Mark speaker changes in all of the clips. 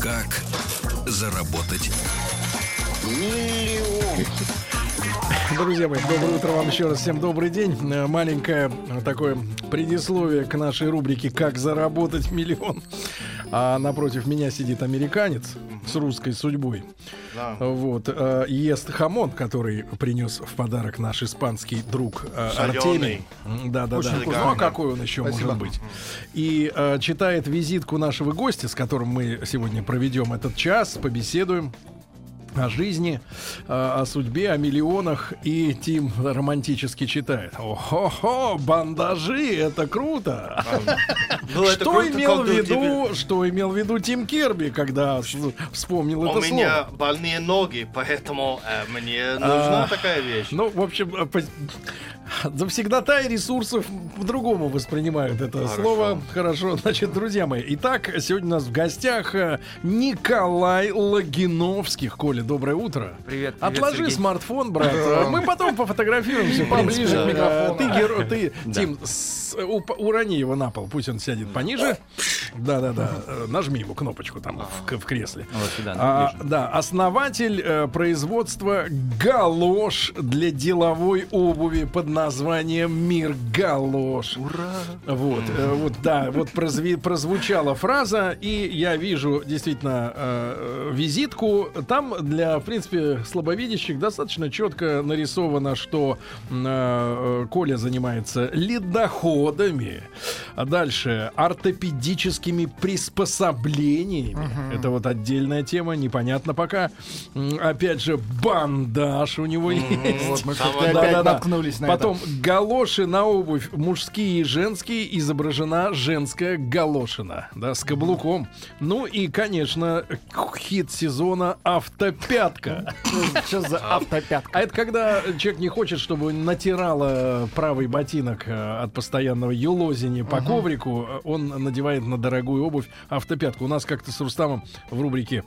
Speaker 1: Как заработать
Speaker 2: Друзья мои, доброе утро вам еще раз. Всем добрый день. Э, Маленькое э, такое предисловие к нашей рубрике «Как заработать миллион». А напротив меня сидит американец с русской судьбой.
Speaker 3: Да.
Speaker 2: Вот. э, Ест хамон, который принес в подарок наш испанский друг э,
Speaker 3: Соленый.
Speaker 2: Артемий. Да-да-да.
Speaker 3: Очень
Speaker 2: Ну, а
Speaker 3: вкусный.
Speaker 2: какой он еще может быть? И э, читает визитку нашего гостя, с которым мы сегодня проведем этот час, побеседуем о жизни, э, о судьбе, о миллионах. И Тим романтически читает. О-хо-хо, бандажи, это круто!
Speaker 3: Ну, это
Speaker 2: что,
Speaker 3: круто,
Speaker 2: имел в
Speaker 3: когда у тебя-
Speaker 2: виду, что имел в виду Тим Керби, когда с- вспомнил это
Speaker 3: У меня
Speaker 2: слово?
Speaker 3: больные ноги, поэтому э, мне нужна
Speaker 2: А,
Speaker 3: такая вещь.
Speaker 2: Ну, в общем, э, пос- завсегдата и ресурсов по-другому воспринимают это
Speaker 3: Хорошо.
Speaker 2: слово. Хорошо, значит, друзья мои. Итак, сегодня у нас в гостях э, Николай Логиновских. Коля, доброе утро.
Speaker 4: Привет, привет,
Speaker 2: Отложи
Speaker 4: Сергей.
Speaker 2: смартфон, брат. Мы потом пофотографируемся. Поближе к микрофону. Э, Ты, геро- ты, Тим, с- уп- урони его на пол. Пусть он сядет пониже. Да-да-да. Э, Нажми его кнопочку там в к- в кресле.
Speaker 4: Вот сюда,
Speaker 2: А, да, основатель э, производства галош для деловой обуви под названием Мир Галош. Ура! Вот, э, вот, да, вот прозви- прозвучала фраза, и я вижу действительно э, э, визитку. Там для, в принципе, слабовидящих достаточно четко нарисовано, что м, э, Коля занимается ледоходами, а дальше ортопедическими приспособлениями. Это вот отдельная тема, непонятно пока. М, Опять же, бандаж у него есть.
Speaker 5: Вот мы
Speaker 3: Самое
Speaker 5: как-то опять
Speaker 2: Да-да-да.
Speaker 5: наткнулись на
Speaker 2: Потом галоши на обувь мужские и женские изображена женская галошина, да, с каблуком. Ну и, конечно, хит сезона автопятка.
Speaker 5: это. Что за автопятка?
Speaker 2: А это когда человек не хочет, чтобы натирало правый ботинок э, от постоянного юлозения по коврику, э, он надевает на дорогую обувь автопятку. У нас как-то с Рустамом в рубрике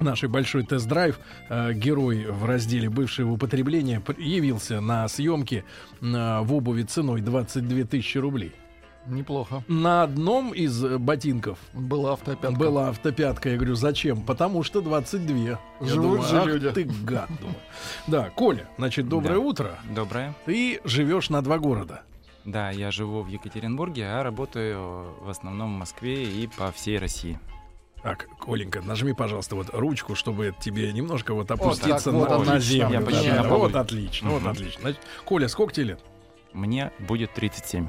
Speaker 2: нашей большой тест-драйв э, герой в разделе «Бывшее в употреблении» пр- явился на съемке э, в обуви ценой 22 тысячи рублей.
Speaker 5: Неплохо.
Speaker 2: На одном из э, ботинков
Speaker 5: Была автопятка.
Speaker 2: была автопятка. Я говорю, зачем? Потому что 22. Я
Speaker 5: Живут
Speaker 2: думаю,
Speaker 5: же
Speaker 2: «Ах
Speaker 5: люди».
Speaker 2: ты гад, думаю. Да, Коля, значит, доброе
Speaker 4: Да.
Speaker 2: утро.
Speaker 4: Доброе.
Speaker 2: Ты живешь на два города.
Speaker 4: Да, я живу в Екатеринбурге, а работаю в основном в Москве и по всей России.
Speaker 2: Так, Коленька, нажми, пожалуйста, вот ручку, чтобы тебе немножко вот опуститься
Speaker 5: так вот,
Speaker 2: на, на
Speaker 5: отлично.
Speaker 2: землю.
Speaker 4: Я почти на
Speaker 2: вот
Speaker 4: полу.
Speaker 2: отлично, вот
Speaker 4: Мгм.
Speaker 2: отлично. Значит, Коля, сколько тебе лет?
Speaker 4: Мне будет 37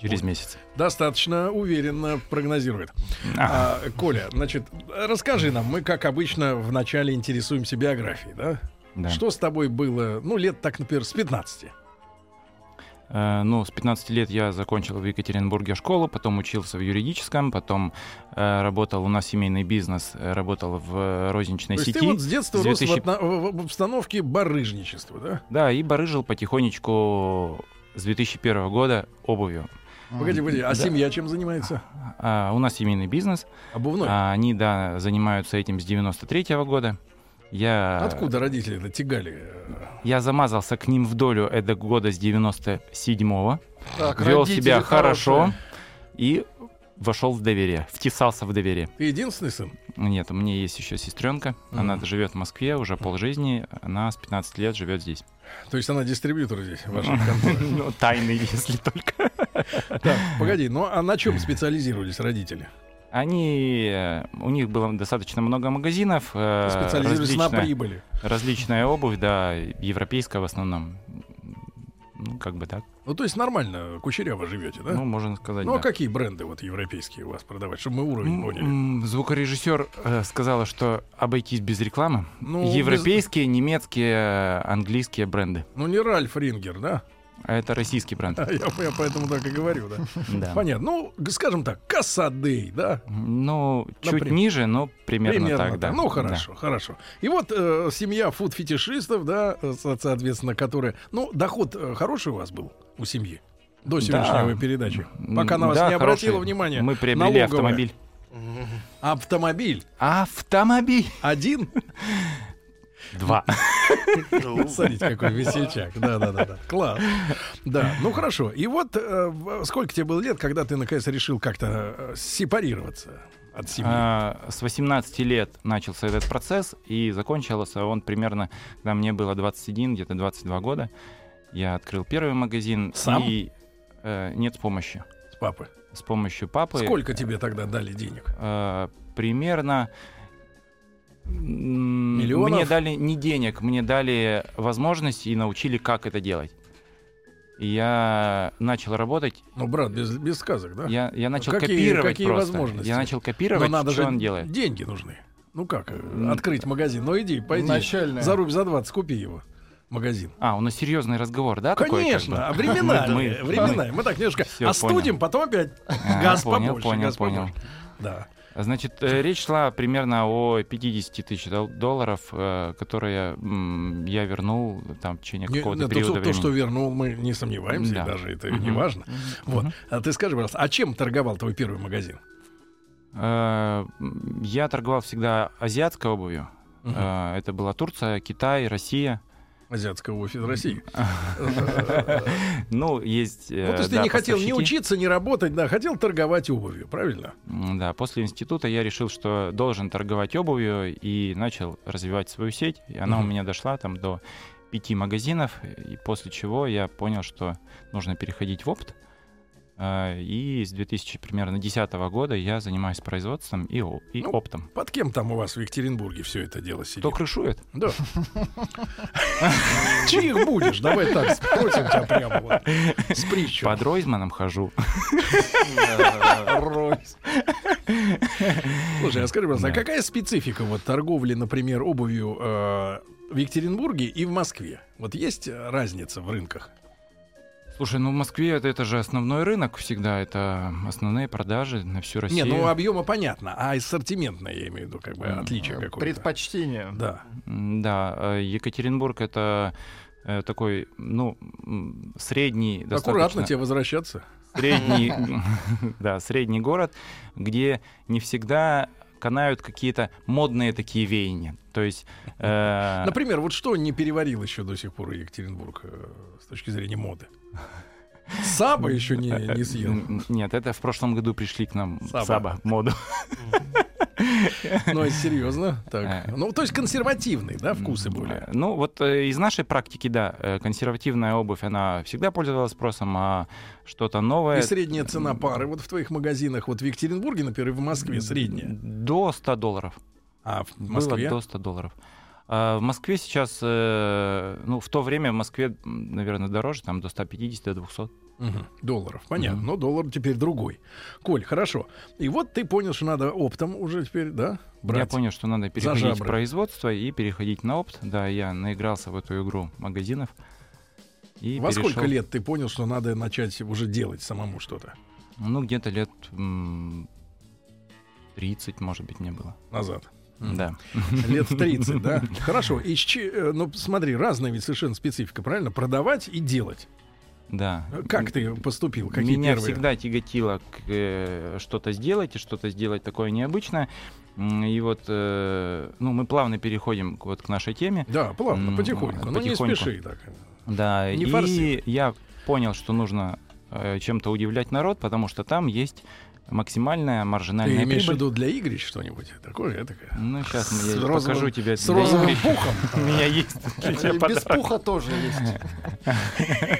Speaker 4: через месяц.
Speaker 2: Достаточно уверенно прогнозирует. А, Коля, значит, расскажи нам, мы, как обычно, вначале интересуемся биографией, да?
Speaker 4: Да.
Speaker 2: Что с тобой было, ну, лет так, например, с 15?
Speaker 4: Э, ну, с 15 лет я закончил в Екатеринбурге школу, потом учился в юридическом, потом э, работал у нас семейный бизнес, э, работал в э, розничной
Speaker 2: То есть
Speaker 4: сети.
Speaker 2: ты вот с детства
Speaker 4: с
Speaker 2: рос в
Speaker 4: 2000
Speaker 2: отна- в, в обстановке барыжничества, да?
Speaker 4: Да, и барыжил потихонечку с 2001 года обувью.
Speaker 2: Погоди, погоди, а семья чем занимается?
Speaker 4: А, у нас семейный бизнес,
Speaker 2: Обувной.
Speaker 4: А они, да, занимаются этим с 93 года. Я,
Speaker 2: Откуда родители это тягали? э,
Speaker 4: Я замазался к ним в долю это года с 97-го.
Speaker 5: Так,
Speaker 4: вел
Speaker 5: родители
Speaker 4: себя хорошо
Speaker 5: хорошие.
Speaker 4: и вошел в доверие, втесался в доверие.
Speaker 2: Ты единственный сын?
Speaker 4: Нет, у меня есть еще сестренка. Она
Speaker 2: Мгм.
Speaker 4: живет в Москве уже полжизни. Она с 15 лет живет здесь.
Speaker 2: То есть она дистрибьютор здесь, ваша контора.
Speaker 4: Ну, тайный, если только.
Speaker 2: Так, погоди, ну а на чем специализировались родители?
Speaker 4: Они, э, у них было достаточно много магазинов. э,
Speaker 2: Специализировались на
Speaker 4: различная-
Speaker 2: прибыли.
Speaker 4: Различная обувь, да, европейская в основном. Ну, как бы так.
Speaker 2: Ну, то есть нормально, кучеряво живете, да?
Speaker 4: Ну, можно сказать,
Speaker 2: Ну, а
Speaker 4: да.
Speaker 2: какие бренды вот европейские у вас продавать, чтобы мы уровень
Speaker 4: М,
Speaker 2: поняли?
Speaker 4: м, Звукорежиссер э, сказала, что обойтись без рекламы.
Speaker 2: Ну,
Speaker 4: Европейские, немецкие, э, английские бренды.
Speaker 2: Ну, не Ральф Рингер, да?
Speaker 4: А это российский бренд.
Speaker 2: Я, я поэтому так и говорю, да?
Speaker 4: Да.
Speaker 2: Понятно. Ну, г- скажем так, Кассадей, да?
Speaker 4: Ну, чуть
Speaker 2: Например.
Speaker 4: ниже, но примерно, так, да.
Speaker 2: Ну,
Speaker 4: Да.
Speaker 2: хорошо, хорошо. И вот э, семья фуд-фетишистов, да, э, со- соответственно, которые... Ну, доход э, хороший у вас был у семьи? До сегодняшней
Speaker 4: Да.
Speaker 2: вы передачи. Пока на вас
Speaker 4: Да,
Speaker 2: не обратила
Speaker 4: хороший.
Speaker 2: внимания.
Speaker 4: Мы приобрели
Speaker 2: налоговая.
Speaker 4: автомобиль.
Speaker 2: Автомобиль.
Speaker 4: Автомобиль.
Speaker 2: Один.
Speaker 4: Два.
Speaker 3: Ну,
Speaker 2: Смотрите, какой весельчак. Да, да, да, да. Класс. Да, ну хорошо. И вот э, в- сколько тебе было лет, когда ты наконец решил как-то э, сепарироваться от семьи?
Speaker 4: А, С 18 лет начался этот процесс, и закончился он примерно, когда мне было 21, где-то 22 года. Я открыл первый магазин.
Speaker 2: Сам?
Speaker 4: И э, нет с помощью.
Speaker 2: С папы.
Speaker 4: С помощью папы.
Speaker 2: Сколько тебе тогда дали денег?
Speaker 4: Э, примерно... м,
Speaker 2: Миллионов?
Speaker 4: Мне дали не денег, мне дали возможность и научили, как это делать. И я начал работать,
Speaker 2: Ну, брат, без, без сказок, да?
Speaker 4: я, я начал
Speaker 2: Какие-
Speaker 4: копировать
Speaker 2: какие
Speaker 4: просто.
Speaker 2: возможности?
Speaker 4: Я начал
Speaker 2: Но
Speaker 4: копировать,
Speaker 2: надо
Speaker 4: что
Speaker 2: же
Speaker 4: он делает.
Speaker 2: деньги нужны. Ну как, э, открыть магазин? Ну иди, пойди.
Speaker 5: Начальная.
Speaker 2: За рубль, за 20 купи его. Магазин.
Speaker 4: А, у нас серьезный разговор, да? такой, как бы?
Speaker 2: Конечно, а времена,
Speaker 4: Мы- мы-
Speaker 2: времена. Мы так немножко
Speaker 4: Всё,
Speaker 2: остудим,
Speaker 4: понял.
Speaker 2: потом опять
Speaker 4: А,
Speaker 2: газ
Speaker 4: понял,
Speaker 2: побольше.
Speaker 4: понял,
Speaker 2: газ
Speaker 4: понял.
Speaker 2: побольше. Да.
Speaker 4: Значит, э, речь шла примерно о 50 тысяч дол- долларов, э, которые м, я вернул там в течение
Speaker 2: Не,
Speaker 4: какого-то
Speaker 2: да, то,
Speaker 4: периода
Speaker 2: то, то, что
Speaker 4: времени.
Speaker 2: вернул, мы не сомневаемся,
Speaker 4: Да.
Speaker 2: и даже это
Speaker 4: Мгм.
Speaker 2: не важно. Вот. А ты скажи, пожалуйста, а чем торговал твой первый магазин?
Speaker 4: Э, м, Я торговал всегда азиатской обувью. Э, Это была Турция, Китай, Россия.
Speaker 2: Азиатского офиса России.
Speaker 4: Ну, есть... э,
Speaker 2: Ну, то есть
Speaker 4: да,
Speaker 2: ты не хотел ни
Speaker 4: поставщики.
Speaker 2: учиться, ни работать, да, хотел торговать обувью, правильно?
Speaker 4: М, Да, после института я решил, что должен торговать обувью и начал развивать свою сеть. И она у
Speaker 2: Мгм.
Speaker 4: меня дошла там до пяти магазинов, и после чего я понял, что нужно переходить в опт. А, И с 2000 примерно 2010 года я занимаюсь производством и, о- и
Speaker 2: Ну,
Speaker 4: оптом.
Speaker 2: Под кем там у вас в Екатеринбурге все это дело сидит?
Speaker 4: Кто крышует?
Speaker 2: Да. Чьих будешь? Давай так, спросим тебя прямо вот. С притчей.
Speaker 4: Под э, Ройзманом хожу.
Speaker 2: Ройс. Слушай, а скажи, пожалуйста, а
Speaker 4: Да.
Speaker 2: какая специфика вот торговли, например, обувью э, в Екатеринбурге и в Москве? Вот есть э, разница в рынках?
Speaker 4: Слушай, ну в Москве это, это же основной рынок всегда, это основные продажи на всю
Speaker 2: Не,
Speaker 4: Россию.
Speaker 2: ну объема понятно, а ассортиментное, я имею в виду, как бы
Speaker 4: М,
Speaker 2: отличие какое-то.
Speaker 5: Предпочтение.
Speaker 2: Да.
Speaker 4: М, Да, э, Екатеринбург это э, такой, ну, м, средний, достаточно
Speaker 2: Аккуратно тебе возвращаться.
Speaker 4: средний, да, средний город, где не всегда канают какие-то модные такие веяния. То есть, э,
Speaker 2: Например, вот что не переварил еще до сих пор Екатеринбург э, с точки зрения моды? Саба еще не, не съел.
Speaker 4: э, м, нет, это в прошлом году пришли к нам
Speaker 2: Саба.
Speaker 4: Саба, моду.
Speaker 2: Ну, а серьезно. Так.
Speaker 4: Э.
Speaker 2: Ну, то есть консервативные, да, А вкусы более.
Speaker 4: Э, Ну вот э, из нашей практики, да, э, консервативная обувь, она всегда пользовалась спросом, а что-то новое.
Speaker 2: И средняя цена пары вот в твоих магазинах, вот в Екатеринбурге, например, и в Москве средняя.
Speaker 4: До 100 долларов.
Speaker 2: А в
Speaker 4: Было
Speaker 2: Москве?
Speaker 4: до 100 долларов. А в Москве сейчас, э, ну, в то время в Москве, м, наверное, дороже, там до 150, до 200.
Speaker 2: Мгм. Долларов, понятно.
Speaker 4: Мгм.
Speaker 2: Но доллар теперь другой. Коль, хорошо. И вот ты понял, что надо оптом уже теперь, да, брать?
Speaker 4: Я понял, что надо переходить в
Speaker 2: жабры.
Speaker 4: производство и переходить на опт. Да, я наигрался в эту игру магазинов. И
Speaker 2: Во
Speaker 4: перешел,
Speaker 2: сколько лет ты понял, что надо начать уже делать самому что-то
Speaker 4: Ну, где-то лет м, 30, может быть, не было.
Speaker 2: назад? Мгм.
Speaker 4: Да.
Speaker 2: Лет в 30, да? Хорошо. И с чи- э, ну, смотри, разная ведь совершенно специфика, правильно? Продавать и делать.
Speaker 4: Да.
Speaker 2: Э, Как ты поступил? Какие
Speaker 4: Меня
Speaker 2: первые?
Speaker 4: всегда тяготило к, э, что-то сделать и что-то сделать такое необычное. М, И вот, э, ну, мы плавно переходим к- вот к нашей теме.
Speaker 2: Да, плавно,
Speaker 4: М,
Speaker 2: потихоньку. Ну, не
Speaker 4: потихоньку.
Speaker 2: спеши так.
Speaker 4: Да,
Speaker 2: Не
Speaker 4: и
Speaker 2: форсируй.
Speaker 4: я понял, что нужно э, чем-то удивлять народ, потому что там есть максимальная маржинальная
Speaker 2: Ты имеешь в
Speaker 4: А прибыль.
Speaker 2: виду для игрищ что-нибудь? Такое, я такая.
Speaker 4: Ну, сейчас я
Speaker 2: С
Speaker 4: покажу
Speaker 2: розовым-
Speaker 4: тебе.
Speaker 2: с
Speaker 4: для
Speaker 2: розовым
Speaker 4: игры. У меня есть для тебя
Speaker 5: И без
Speaker 4: подарок.
Speaker 5: пуха тоже есть.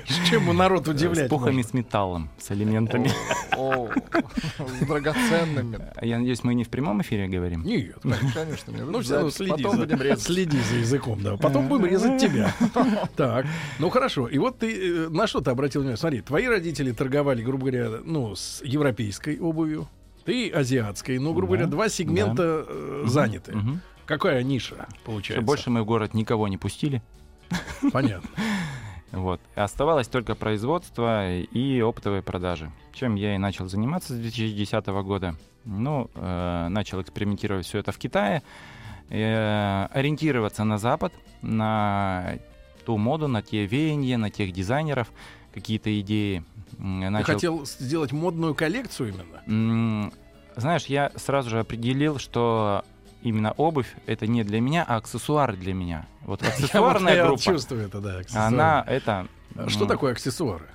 Speaker 2: С Чему народ
Speaker 4: э, С
Speaker 2: удивлять
Speaker 4: пухами,
Speaker 2: можно?
Speaker 4: с металлом, с элементами.
Speaker 5: О, с драгоценными.
Speaker 4: Я надеюсь, мы не в прямом эфире говорим?
Speaker 2: Нет,
Speaker 5: Конечно, мне
Speaker 2: ну
Speaker 5: тут
Speaker 2: все равно
Speaker 5: запись,
Speaker 2: следи,
Speaker 5: Потом
Speaker 2: за,
Speaker 5: будем резать.
Speaker 2: следи за языком, да. Потом будем резать тебя. Так, ну хорошо. И вот ты э, на что ты обратил внимание? Смотри, твои родители торговали, грубо говоря, ну с европейской обувью, ты азиатской. Ну, грубо говоря,
Speaker 4: Да,
Speaker 2: два сегмента э, заняты.
Speaker 4: Мгм.
Speaker 2: Какая ниша
Speaker 4: Всё,
Speaker 2: получается?
Speaker 4: Больше мы в город никого не пустили.
Speaker 2: Понятно.
Speaker 4: Вот. Оставалось только производство и оптовые продажи. Чем я и начал заниматься с 2010 года. Ну, э, начал экспериментировать все это в Китае, э, ориентироваться на Запад, на ту моду, на те веяния, на тех дизайнеров, какие-то идеи. М,
Speaker 2: Ты
Speaker 4: Начал
Speaker 2: хотел сделать модную коллекцию именно?
Speaker 4: М, знаешь, я сразу же определил, что именно обувь это не для меня, а аксессуар для меня. Вот аксессуарная
Speaker 2: Я вот
Speaker 4: группа,
Speaker 2: чувствую это, да. аксессуары.
Speaker 4: она это...
Speaker 2: А Что
Speaker 4: м,
Speaker 2: такое аксессуары?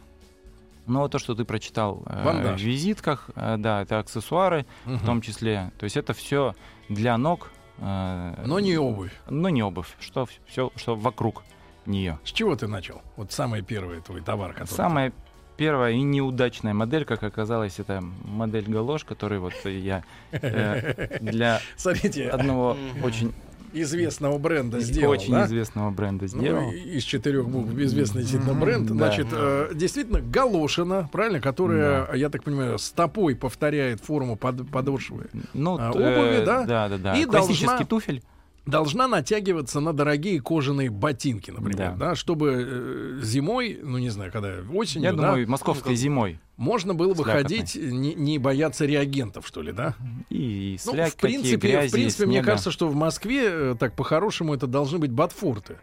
Speaker 4: Ну, то, что ты прочитал э,
Speaker 2: Бандаж.
Speaker 4: в визитках, э, да, это аксессуары в том числе. То есть это все для ног, э,
Speaker 2: Но не обувь.
Speaker 4: но не обувь, что все, что вокруг нее.
Speaker 2: С чего ты начал? Вот самый первый твой товар, который... ты-
Speaker 4: Самая первая и неудачная модель, как оказалось, это модель галош, который вот я э, для
Speaker 2: Смотрите,
Speaker 4: одного
Speaker 3: Мгм.
Speaker 4: очень,
Speaker 2: известного бренда сделал,
Speaker 4: очень
Speaker 2: да?
Speaker 4: известного бренда
Speaker 2: Ну,
Speaker 4: сделал.
Speaker 2: и- из четырех букв известный действительно
Speaker 5: Мгм,
Speaker 2: бренд.
Speaker 4: да.
Speaker 2: Значит, э, действительно, галошина, правильно, которая, я так понимаю, стопой повторяет форму под- подошвы,
Speaker 4: Ну,
Speaker 2: а,
Speaker 4: т-
Speaker 2: обуви,
Speaker 4: э,
Speaker 2: да?
Speaker 4: Да, да, да.
Speaker 2: И
Speaker 4: Классический
Speaker 2: должна-
Speaker 4: туфель.
Speaker 2: должна натягиваться на дорогие кожаные ботинки, например, да,
Speaker 4: Да.
Speaker 2: чтобы э, зимой, ну не знаю, когда осенью,
Speaker 4: Я
Speaker 2: да,
Speaker 4: думаю, московской зимой.
Speaker 2: можно было бы
Speaker 4: слякотной.
Speaker 2: ходить, э, не, не бояться реагентов, что ли, да?
Speaker 4: И
Speaker 2: Ну,
Speaker 4: слякоть,
Speaker 2: в принципе,
Speaker 4: грязи,
Speaker 2: в принципе, мне
Speaker 4: снега.
Speaker 2: кажется, что в Москве э, так по-хорошему это должны быть ботфорты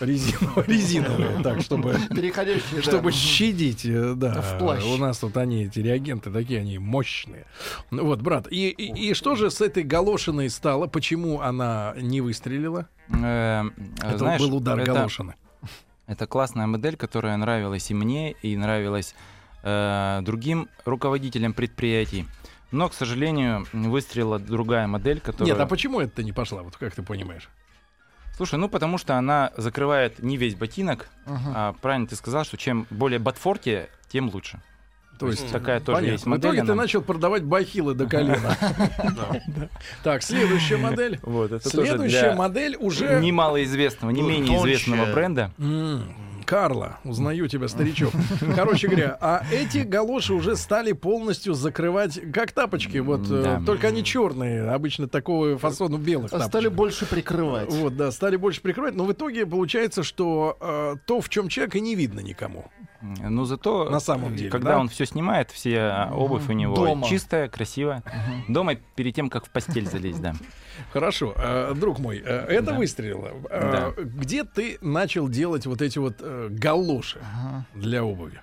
Speaker 2: резиновые, резиновые, так чтобы
Speaker 5: Переходящие, да.
Speaker 2: чтобы щадить, э, да,
Speaker 5: В плащ.
Speaker 2: у нас тут они эти реагенты такие, они мощные. Ну Вот, брат, и, и, и что же с этой галошиной стало? Почему она не выстрелила?
Speaker 4: Э, э,
Speaker 2: Это
Speaker 4: знаешь,
Speaker 2: был удар
Speaker 4: это-
Speaker 2: галошины.
Speaker 4: Это классная модель, которая нравилась и мне, и нравилась э, другим руководителям предприятий. Но, к сожалению, выстрела другая модель, которая...
Speaker 2: Нет, а почему это не пошла? Вот как ты понимаешь?
Speaker 4: Слушай, ну потому что она закрывает не весь ботинок.
Speaker 5: Мгм.
Speaker 4: А, правильно ты сказал, что чем более ботфорте, тем лучше.
Speaker 2: То есть
Speaker 4: такая тоже
Speaker 2: понятно.
Speaker 4: есть
Speaker 2: В
Speaker 4: модель.
Speaker 2: итоге ты
Speaker 4: она-
Speaker 2: начал продавать бахилы до колена. Да. Так, следующая модель.
Speaker 4: Вот, это тоже
Speaker 2: Следующая
Speaker 4: для
Speaker 2: модель уже...
Speaker 4: немалоизвестного, не
Speaker 3: Ну,
Speaker 4: менее
Speaker 3: тоньше.
Speaker 4: известного бренда.
Speaker 2: М, Карла, узнаю тебя, старичок. Короче говоря, а эти галоши уже стали полностью закрывать, как тапочки, вот э,
Speaker 4: Да.
Speaker 2: только они черные, обычно такого фасона белых.
Speaker 5: А
Speaker 2: тапочек.
Speaker 5: Стали больше прикрывать.
Speaker 2: Вот, да, стали больше прикрывать, но в итоге получается, что э, то, в чем человек, и не видно никому.
Speaker 4: Но зато,
Speaker 2: На самом деле,
Speaker 4: Э, когда
Speaker 2: да?
Speaker 4: он все снимает, все а, обувь у него
Speaker 5: Дома.
Speaker 4: чистая, красивая. Дома перед тем, как в постель залезть, да.
Speaker 2: Хорошо, э, друг мой, э, это
Speaker 4: Да.
Speaker 2: выстрелило. Э, Где ты начал делать вот эти вот э, галоши
Speaker 5: Ага.
Speaker 2: для обуви?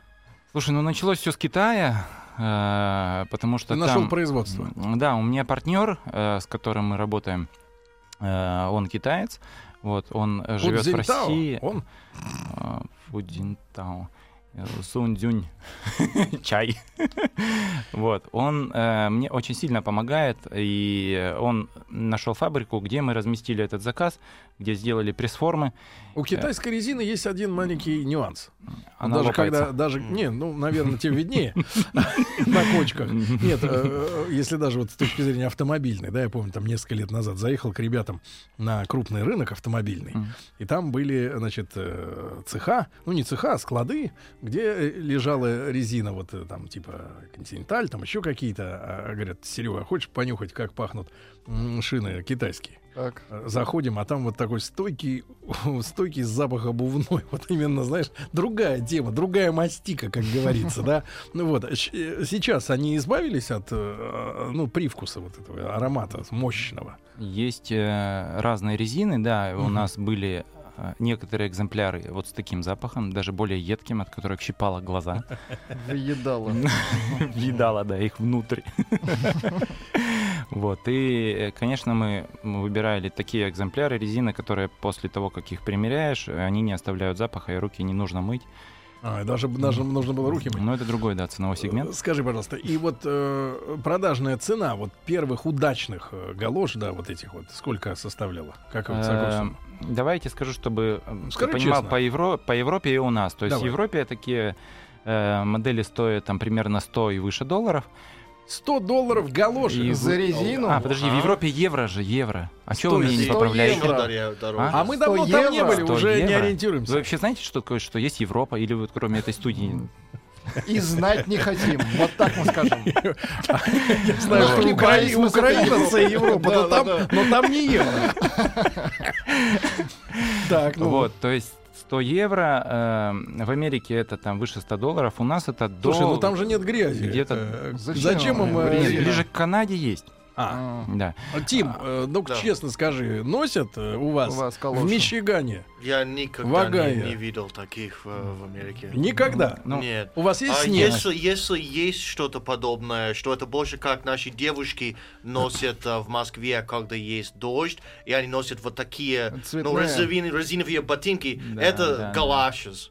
Speaker 4: Слушай, ну началось все с Китая, э, потому
Speaker 2: Ты
Speaker 4: что там-
Speaker 2: нашел производство.
Speaker 4: М, Да, у меня партнер, э, с которым мы работаем, э, он китаец, вот он э, живет в
Speaker 2: Кудзинтао,
Speaker 4: России.
Speaker 2: Он?
Speaker 4: Э, Фудзинтао. Э, Сунцзюнь. Чай. вот. Он э, мне очень сильно помогает, и он нашел фабрику, где мы разместили этот заказ, где сделали пресс-формы.
Speaker 2: У китайской резины есть один маленький нюанс.
Speaker 4: Она
Speaker 2: А даже
Speaker 4: лопается.
Speaker 2: когда, даже, не, ну, наверное, тебе виднее на кочках. Нет, э, если даже вот с точки зрения автомобильной, да, я помню, там несколько лет назад заехал к ребятам на крупный рынок автомобильный,
Speaker 4: Мгм.
Speaker 2: и там были, значит, э, цеха, ну не цеха, а склады, где э, лежала резина вот э, там типа континенталь, там еще какие-то, А, говорят, Серега, хочешь понюхать, как пахнут м, шины китайские?
Speaker 5: Так.
Speaker 2: Э, Заходим, а там вот такой стойкий, стойкий запах обувной. Вот именно, знаешь, другая тема, другая мастика, как говорится, да. Ну вот, щ- э, сейчас они избавились от, э, ну, привкуса вот этого аромата мощного.
Speaker 4: Есть э, разные резины, да, у
Speaker 2: Мгм.
Speaker 4: нас были э, некоторые экземпляры вот с таким запахом, даже более едким, от которых щипало глаза,
Speaker 5: Выедала.
Speaker 4: въедало, да, их внутрь. Вот, и, э, конечно, мы выбирали такие экземпляры резины, которые после того, как их примеряешь, э, они не оставляют запаха, и руки не нужно мыть.
Speaker 2: А, и даже, даже нужно было Ну, руки мыть.
Speaker 4: Но это другой, да, ценовой
Speaker 2: Э,
Speaker 4: сегмент.
Speaker 2: Скажи, пожалуйста, и вот э, продажная цена вот первых удачных э, галош, да, вот этих вот, сколько составляла? Как вот
Speaker 4: Э,
Speaker 2: согласен?
Speaker 4: Давайте скажу, чтобы э, ты
Speaker 2: Скажи
Speaker 4: понимал
Speaker 2: честно.
Speaker 4: по, Евро- по Европе и у нас. То есть в
Speaker 2: Давай.
Speaker 4: Европе такие э, модели стоят там примерно 100 и выше долларов.
Speaker 2: 100 долларов галоши.
Speaker 4: И
Speaker 5: За резину?
Speaker 4: А, подожди, в
Speaker 3: а?
Speaker 4: Европе евро же, евро. А что
Speaker 2: Ну, Сто
Speaker 4: вы меня не
Speaker 5: евро.
Speaker 4: поправляете?
Speaker 5: Сто евро.
Speaker 2: А
Speaker 3: А
Speaker 2: мы
Speaker 5: 100
Speaker 2: давно там не
Speaker 5: евро?
Speaker 2: были,
Speaker 4: 100
Speaker 2: уже не
Speaker 4: евро? Вы
Speaker 2: ориентируемся.
Speaker 4: вообще знаете, что такое, что есть Европа, или вот кроме этой студии?
Speaker 5: И знать не хотим. Вот так мы скажем.
Speaker 2: Я знаю,
Speaker 5: Да.
Speaker 2: что
Speaker 5: Не
Speaker 2: Укра-
Speaker 5: брались мы с этой
Speaker 2: Украина за Европу, но
Speaker 5: Да,
Speaker 2: там,
Speaker 5: да,
Speaker 2: но там не евро. Так, ну
Speaker 4: Вот, то есть 100 евро, э, в Америке это там выше 100 долларов, у нас это до...
Speaker 2: Слушай, ну там же нет грязи.
Speaker 4: Где-то-
Speaker 2: Э,
Speaker 5: Зачем?
Speaker 2: Зачем им э,
Speaker 4: Нет,
Speaker 5: резина.
Speaker 4: ближе к Канаде есть.
Speaker 2: А,
Speaker 4: Да.
Speaker 2: Тим, э, ну
Speaker 3: Да.
Speaker 2: честно скажи, носят э, у вас,
Speaker 5: У вас
Speaker 2: в
Speaker 5: калоши.
Speaker 2: Мичигане?
Speaker 3: Я никогда не,
Speaker 2: Вагая.
Speaker 3: не видел таких э, в Америке.
Speaker 2: Никогда.
Speaker 4: Ну,
Speaker 3: Нет.
Speaker 2: У вас есть
Speaker 3: А
Speaker 2: снег?
Speaker 3: если, если есть что-то подобное, что это больше как наши девушки носят э, в Москве, когда есть дождь, и они носят вот такие ну,
Speaker 5: Цветные.
Speaker 3: резовин- резиновые ботинки,
Speaker 4: Да,
Speaker 3: это
Speaker 4: да, да.
Speaker 3: галашес,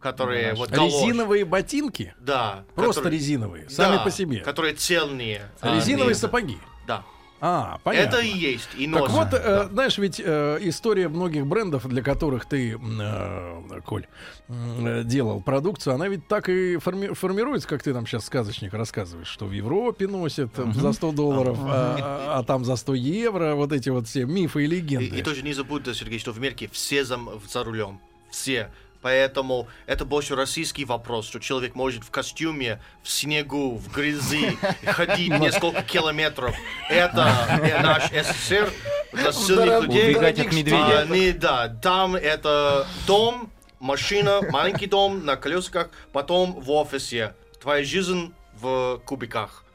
Speaker 3: которые
Speaker 4: Галаши.
Speaker 3: вот галоши.
Speaker 2: Резиновые ботинки?
Speaker 3: Да.
Speaker 2: Просто
Speaker 3: которые-
Speaker 2: резиновые,
Speaker 3: да,
Speaker 2: сами по себе.
Speaker 3: Которые цельные. а
Speaker 2: Резиновые
Speaker 3: не-
Speaker 2: сапоги.
Speaker 3: Да.
Speaker 2: А, понятно.
Speaker 3: Это и есть, и
Speaker 2: Так
Speaker 3: носят.
Speaker 2: вот, э,
Speaker 3: да.
Speaker 2: знаешь, ведь э, история многих брендов, для которых ты, м, э, Коль, м, э, делал продукцию, она ведь так и форми- формируется, как ты нам сейчас сказочник рассказываешь, что в Европе носят э, за 100 долларов, а, а- а там за 100 евро, вот эти вот все мифы и легенды.
Speaker 3: И, и тоже не забудь, да, Сергей, что в Америке все за, м- за рулем. Все. Поэтому это больше российский вопрос, что человек может в костюме, в снегу, в грязи ходить несколько километров. Это э, наш СССР для сильных
Speaker 5: дорогу-
Speaker 3: людей.
Speaker 4: Убегать от
Speaker 5: дорогих
Speaker 4: медведя.
Speaker 3: Они, да, там это дом, машина, маленький дом на колесиках, потом в офисе. Твоя жизнь в кубиках.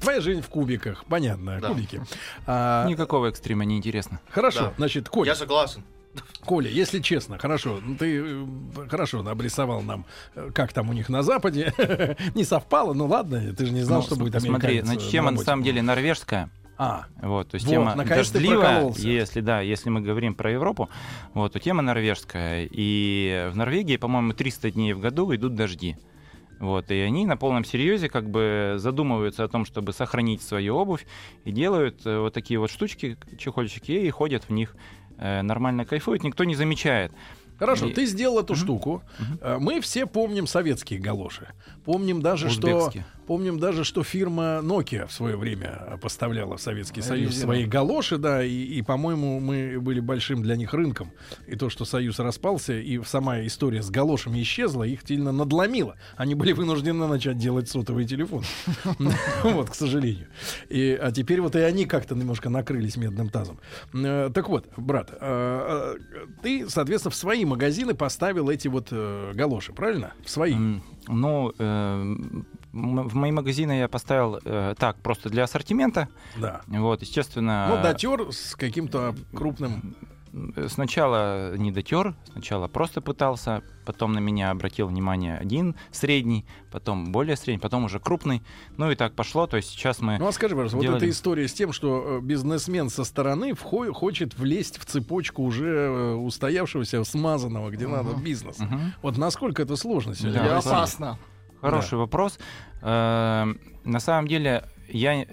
Speaker 2: Твоя жизнь в кубиках, понятно,
Speaker 3: Да.
Speaker 2: кубики. А,
Speaker 4: Никакого экстрима не интересно.
Speaker 2: хорошо,
Speaker 3: Да.
Speaker 2: значит, Коль,
Speaker 3: Я согласен.
Speaker 2: Коля, если честно, хорошо, ну, ты э, хорошо обрисовал нам, э, как там у них на Западе. Не совпало, ну ладно, ты же не знал,
Speaker 4: Ну,
Speaker 2: что будет
Speaker 4: Смотри,
Speaker 2: американец,
Speaker 4: значит,
Speaker 2: э,
Speaker 4: тема на
Speaker 2: работе.
Speaker 4: самом деле норвежская.
Speaker 2: А,
Speaker 4: Вот, то есть
Speaker 2: Вот,
Speaker 4: тема
Speaker 2: наконец ты
Speaker 4: дождливая,
Speaker 2: прокололся.
Speaker 4: если да, если мы говорим про Европу, вот, то тема норвежская. И в Норвегии, по-моему, 300 дней в году идут дожди. Вот, и они на полном серьезе как бы задумываются о том, чтобы сохранить свою обувь, и делают э, вот такие вот штучки, чехольчики, и ходят в них, э, нормально кайфуют, никто не замечает.
Speaker 2: Хорошо,
Speaker 4: И-
Speaker 2: ты сделал эту
Speaker 4: Мгм.
Speaker 2: штуку.
Speaker 4: Мгм.
Speaker 2: Э, Мы все помним советские галоши. Помним даже, что
Speaker 4: Узбекские.
Speaker 2: помним даже, что фирма Nokia в свое время э, поставляла в Советский Союз
Speaker 5: Резину.
Speaker 2: свои галоши, да, и, и, по-моему, мы были большим для них рынком. И то, что Союз распался, и сама история с галошами исчезла, их сильно надломило. Они были вынуждены начать делать сотовые телефоны. Вот, к сожалению. И, а теперь вот и они как-то немножко накрылись медным тазом. Э, Так вот, брат, э, э, ты, соответственно, в свои магазины поставил эти вот э, галоши, правильно? В свои.
Speaker 4: М, Ну, э, м, в мои магазины я поставил э, так, просто для ассортимента.
Speaker 2: Да.
Speaker 4: Вот, естественно...
Speaker 2: Ну, дотер с каким-то крупным.
Speaker 4: Э, Сначала не дотер, сначала просто пытался, потом на меня обратил внимание один средний, потом более средний, потом уже крупный. Ну и так пошло, то есть сейчас мы...
Speaker 2: Ну а скажи, пожалуйста, вот
Speaker 4: Делали.
Speaker 2: эта история с тем, что э, бизнесмен со стороны вхо- хочет влезть в цепочку уже э, устоявшегося, смазанного, где
Speaker 5: Мгм.
Speaker 2: надо бизнеса.
Speaker 4: Мгм.
Speaker 2: Вот насколько это сложно сегодня?
Speaker 4: Да,
Speaker 5: Или
Speaker 4: вы
Speaker 5: опасно.
Speaker 4: Хороший вопрос. Э, На самом деле я н-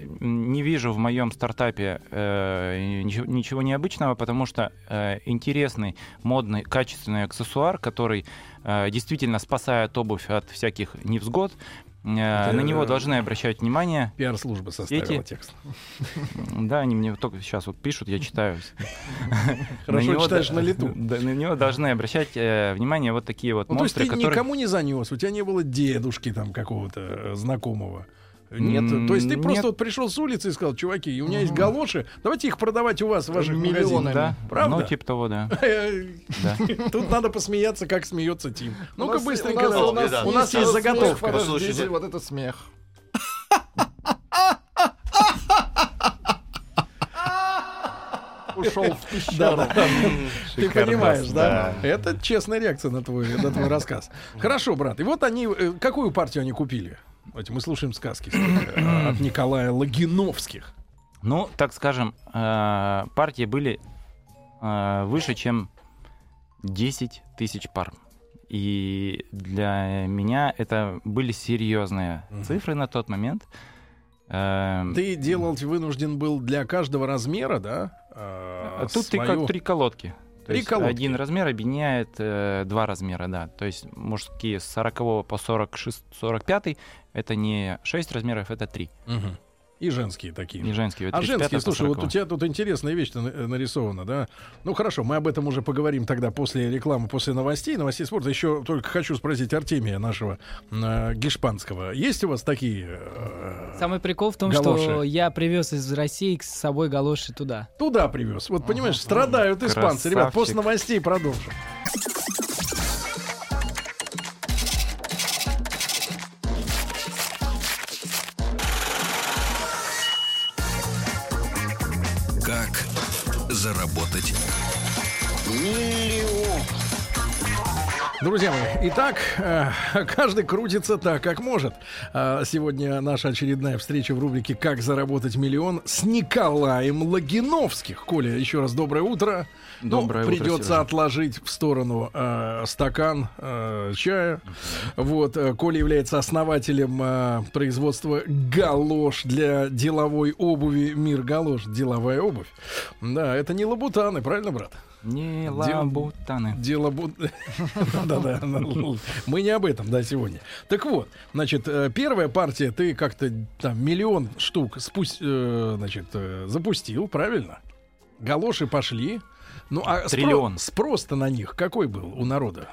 Speaker 4: не вижу в моем стартапе э, ничего, ничего необычного, потому что э, интересный, модный, качественный аксессуар, который э, действительно спасает обувь от всяких невзгод, э, на него должны обращать внимание.
Speaker 2: Пиар-служба составила
Speaker 4: Сети.
Speaker 2: текст.
Speaker 4: Да, они мне только сейчас вот пишут, я читаю.
Speaker 2: Хорошо
Speaker 4: На него
Speaker 2: читаешь
Speaker 4: да-
Speaker 2: на лету.
Speaker 4: да, На него должны обращать э, внимание вот такие вот
Speaker 2: Ну, то есть
Speaker 4: монстры,
Speaker 2: ты
Speaker 4: которые...
Speaker 2: никому не занес, у тебя не было дедушки там какого-то э, знакомого. Нет,
Speaker 4: М,
Speaker 2: то есть ты просто
Speaker 4: нет.
Speaker 2: вот пришел с улицы и сказал, чуваки, у меня есть
Speaker 5: Мгм.
Speaker 2: галоши, давайте их продавать у вас в ваших
Speaker 5: Миллионами.
Speaker 2: магазинах.
Speaker 4: Да,
Speaker 2: Правда?
Speaker 4: ну типа того, да. Да.
Speaker 2: Тут надо посмеяться, как смеется Тим.
Speaker 5: У
Speaker 2: Ну-ка
Speaker 5: нас-
Speaker 2: быстренько.
Speaker 3: нас-
Speaker 2: давай.
Speaker 3: у нас-
Speaker 2: У нас есть
Speaker 5: смех,
Speaker 2: заготовка.
Speaker 5: Подождите,
Speaker 3: Послушайте.
Speaker 5: вот это смех. Ушел в пещеру.
Speaker 2: Ты
Speaker 4: Шикардос,
Speaker 2: понимаешь, да? Это честная реакция на твой, на твой рассказ. Хорошо, брат. И вот они, э, какую партию они купили? Давайте мы слушаем сказки э, от Николая Логиновских.
Speaker 4: Ну, так скажем, э, партии были э, выше, чем 10 тысяч пар. И для меня это были серьезные
Speaker 2: Мгм.
Speaker 4: цифры на тот момент. Э,
Speaker 2: Ты делал, вынужден был для каждого размера, да?
Speaker 4: А
Speaker 2: э,
Speaker 4: Тут ты
Speaker 2: свою-
Speaker 4: как три колодки. То
Speaker 2: Три
Speaker 4: есть
Speaker 2: колодки.
Speaker 4: Один размер объединяет э, два размера, да. То есть мужские с 40 по 46, 45 это не 6 размеров, это 3.
Speaker 2: Мгм. И женские такие.
Speaker 4: Не женские.
Speaker 2: А
Speaker 4: 35
Speaker 2: женские,
Speaker 4: по
Speaker 2: слушай, вот у
Speaker 4: 40.
Speaker 2: тебя тут интересная вещь нарисована, да? Ну хорошо, мы об этом уже поговорим тогда после рекламы, после новостей, новостей спорта. Еще только хочу спросить Артемия нашего э, гешпанского. Есть у вас такие? э,
Speaker 6: Самый прикол в том, что
Speaker 2: Галоши.
Speaker 6: я привез из России с собой галоши туда.
Speaker 2: Туда привез. Вот понимаешь, страдают испанцы.
Speaker 4: Красавчик.
Speaker 2: Ребят, после новостей продолжим.
Speaker 1: заработать.
Speaker 2: Друзья мои, итак, э, каждый крутится так, как может. Э, Сегодня наша очередная встреча в рубрике «Как заработать миллион» с Николаем Логиновских. Коля, еще раз доброе утро. Ну,
Speaker 4: Доброе утро,
Speaker 2: придется
Speaker 4: Сережа.
Speaker 2: отложить в сторону э, стакан э, чая. Вот, э, Коля является основателем э, производства галош для деловой обуви. Мир галош, деловая обувь. Да, это не лабутаны, правильно, брат?
Speaker 4: Не
Speaker 2: Дел-
Speaker 4: лабутаны.
Speaker 2: Дело будет... Да-да, мы не об этом, да, сегодня. Так вот, значит, э, первая партия, ты как-то там миллион штук спусть, э, значит, э, запустил, правильно? Галоши пошли. Ну, а спро-
Speaker 4: Триллион.
Speaker 2: спрос-то на них какой был у народа?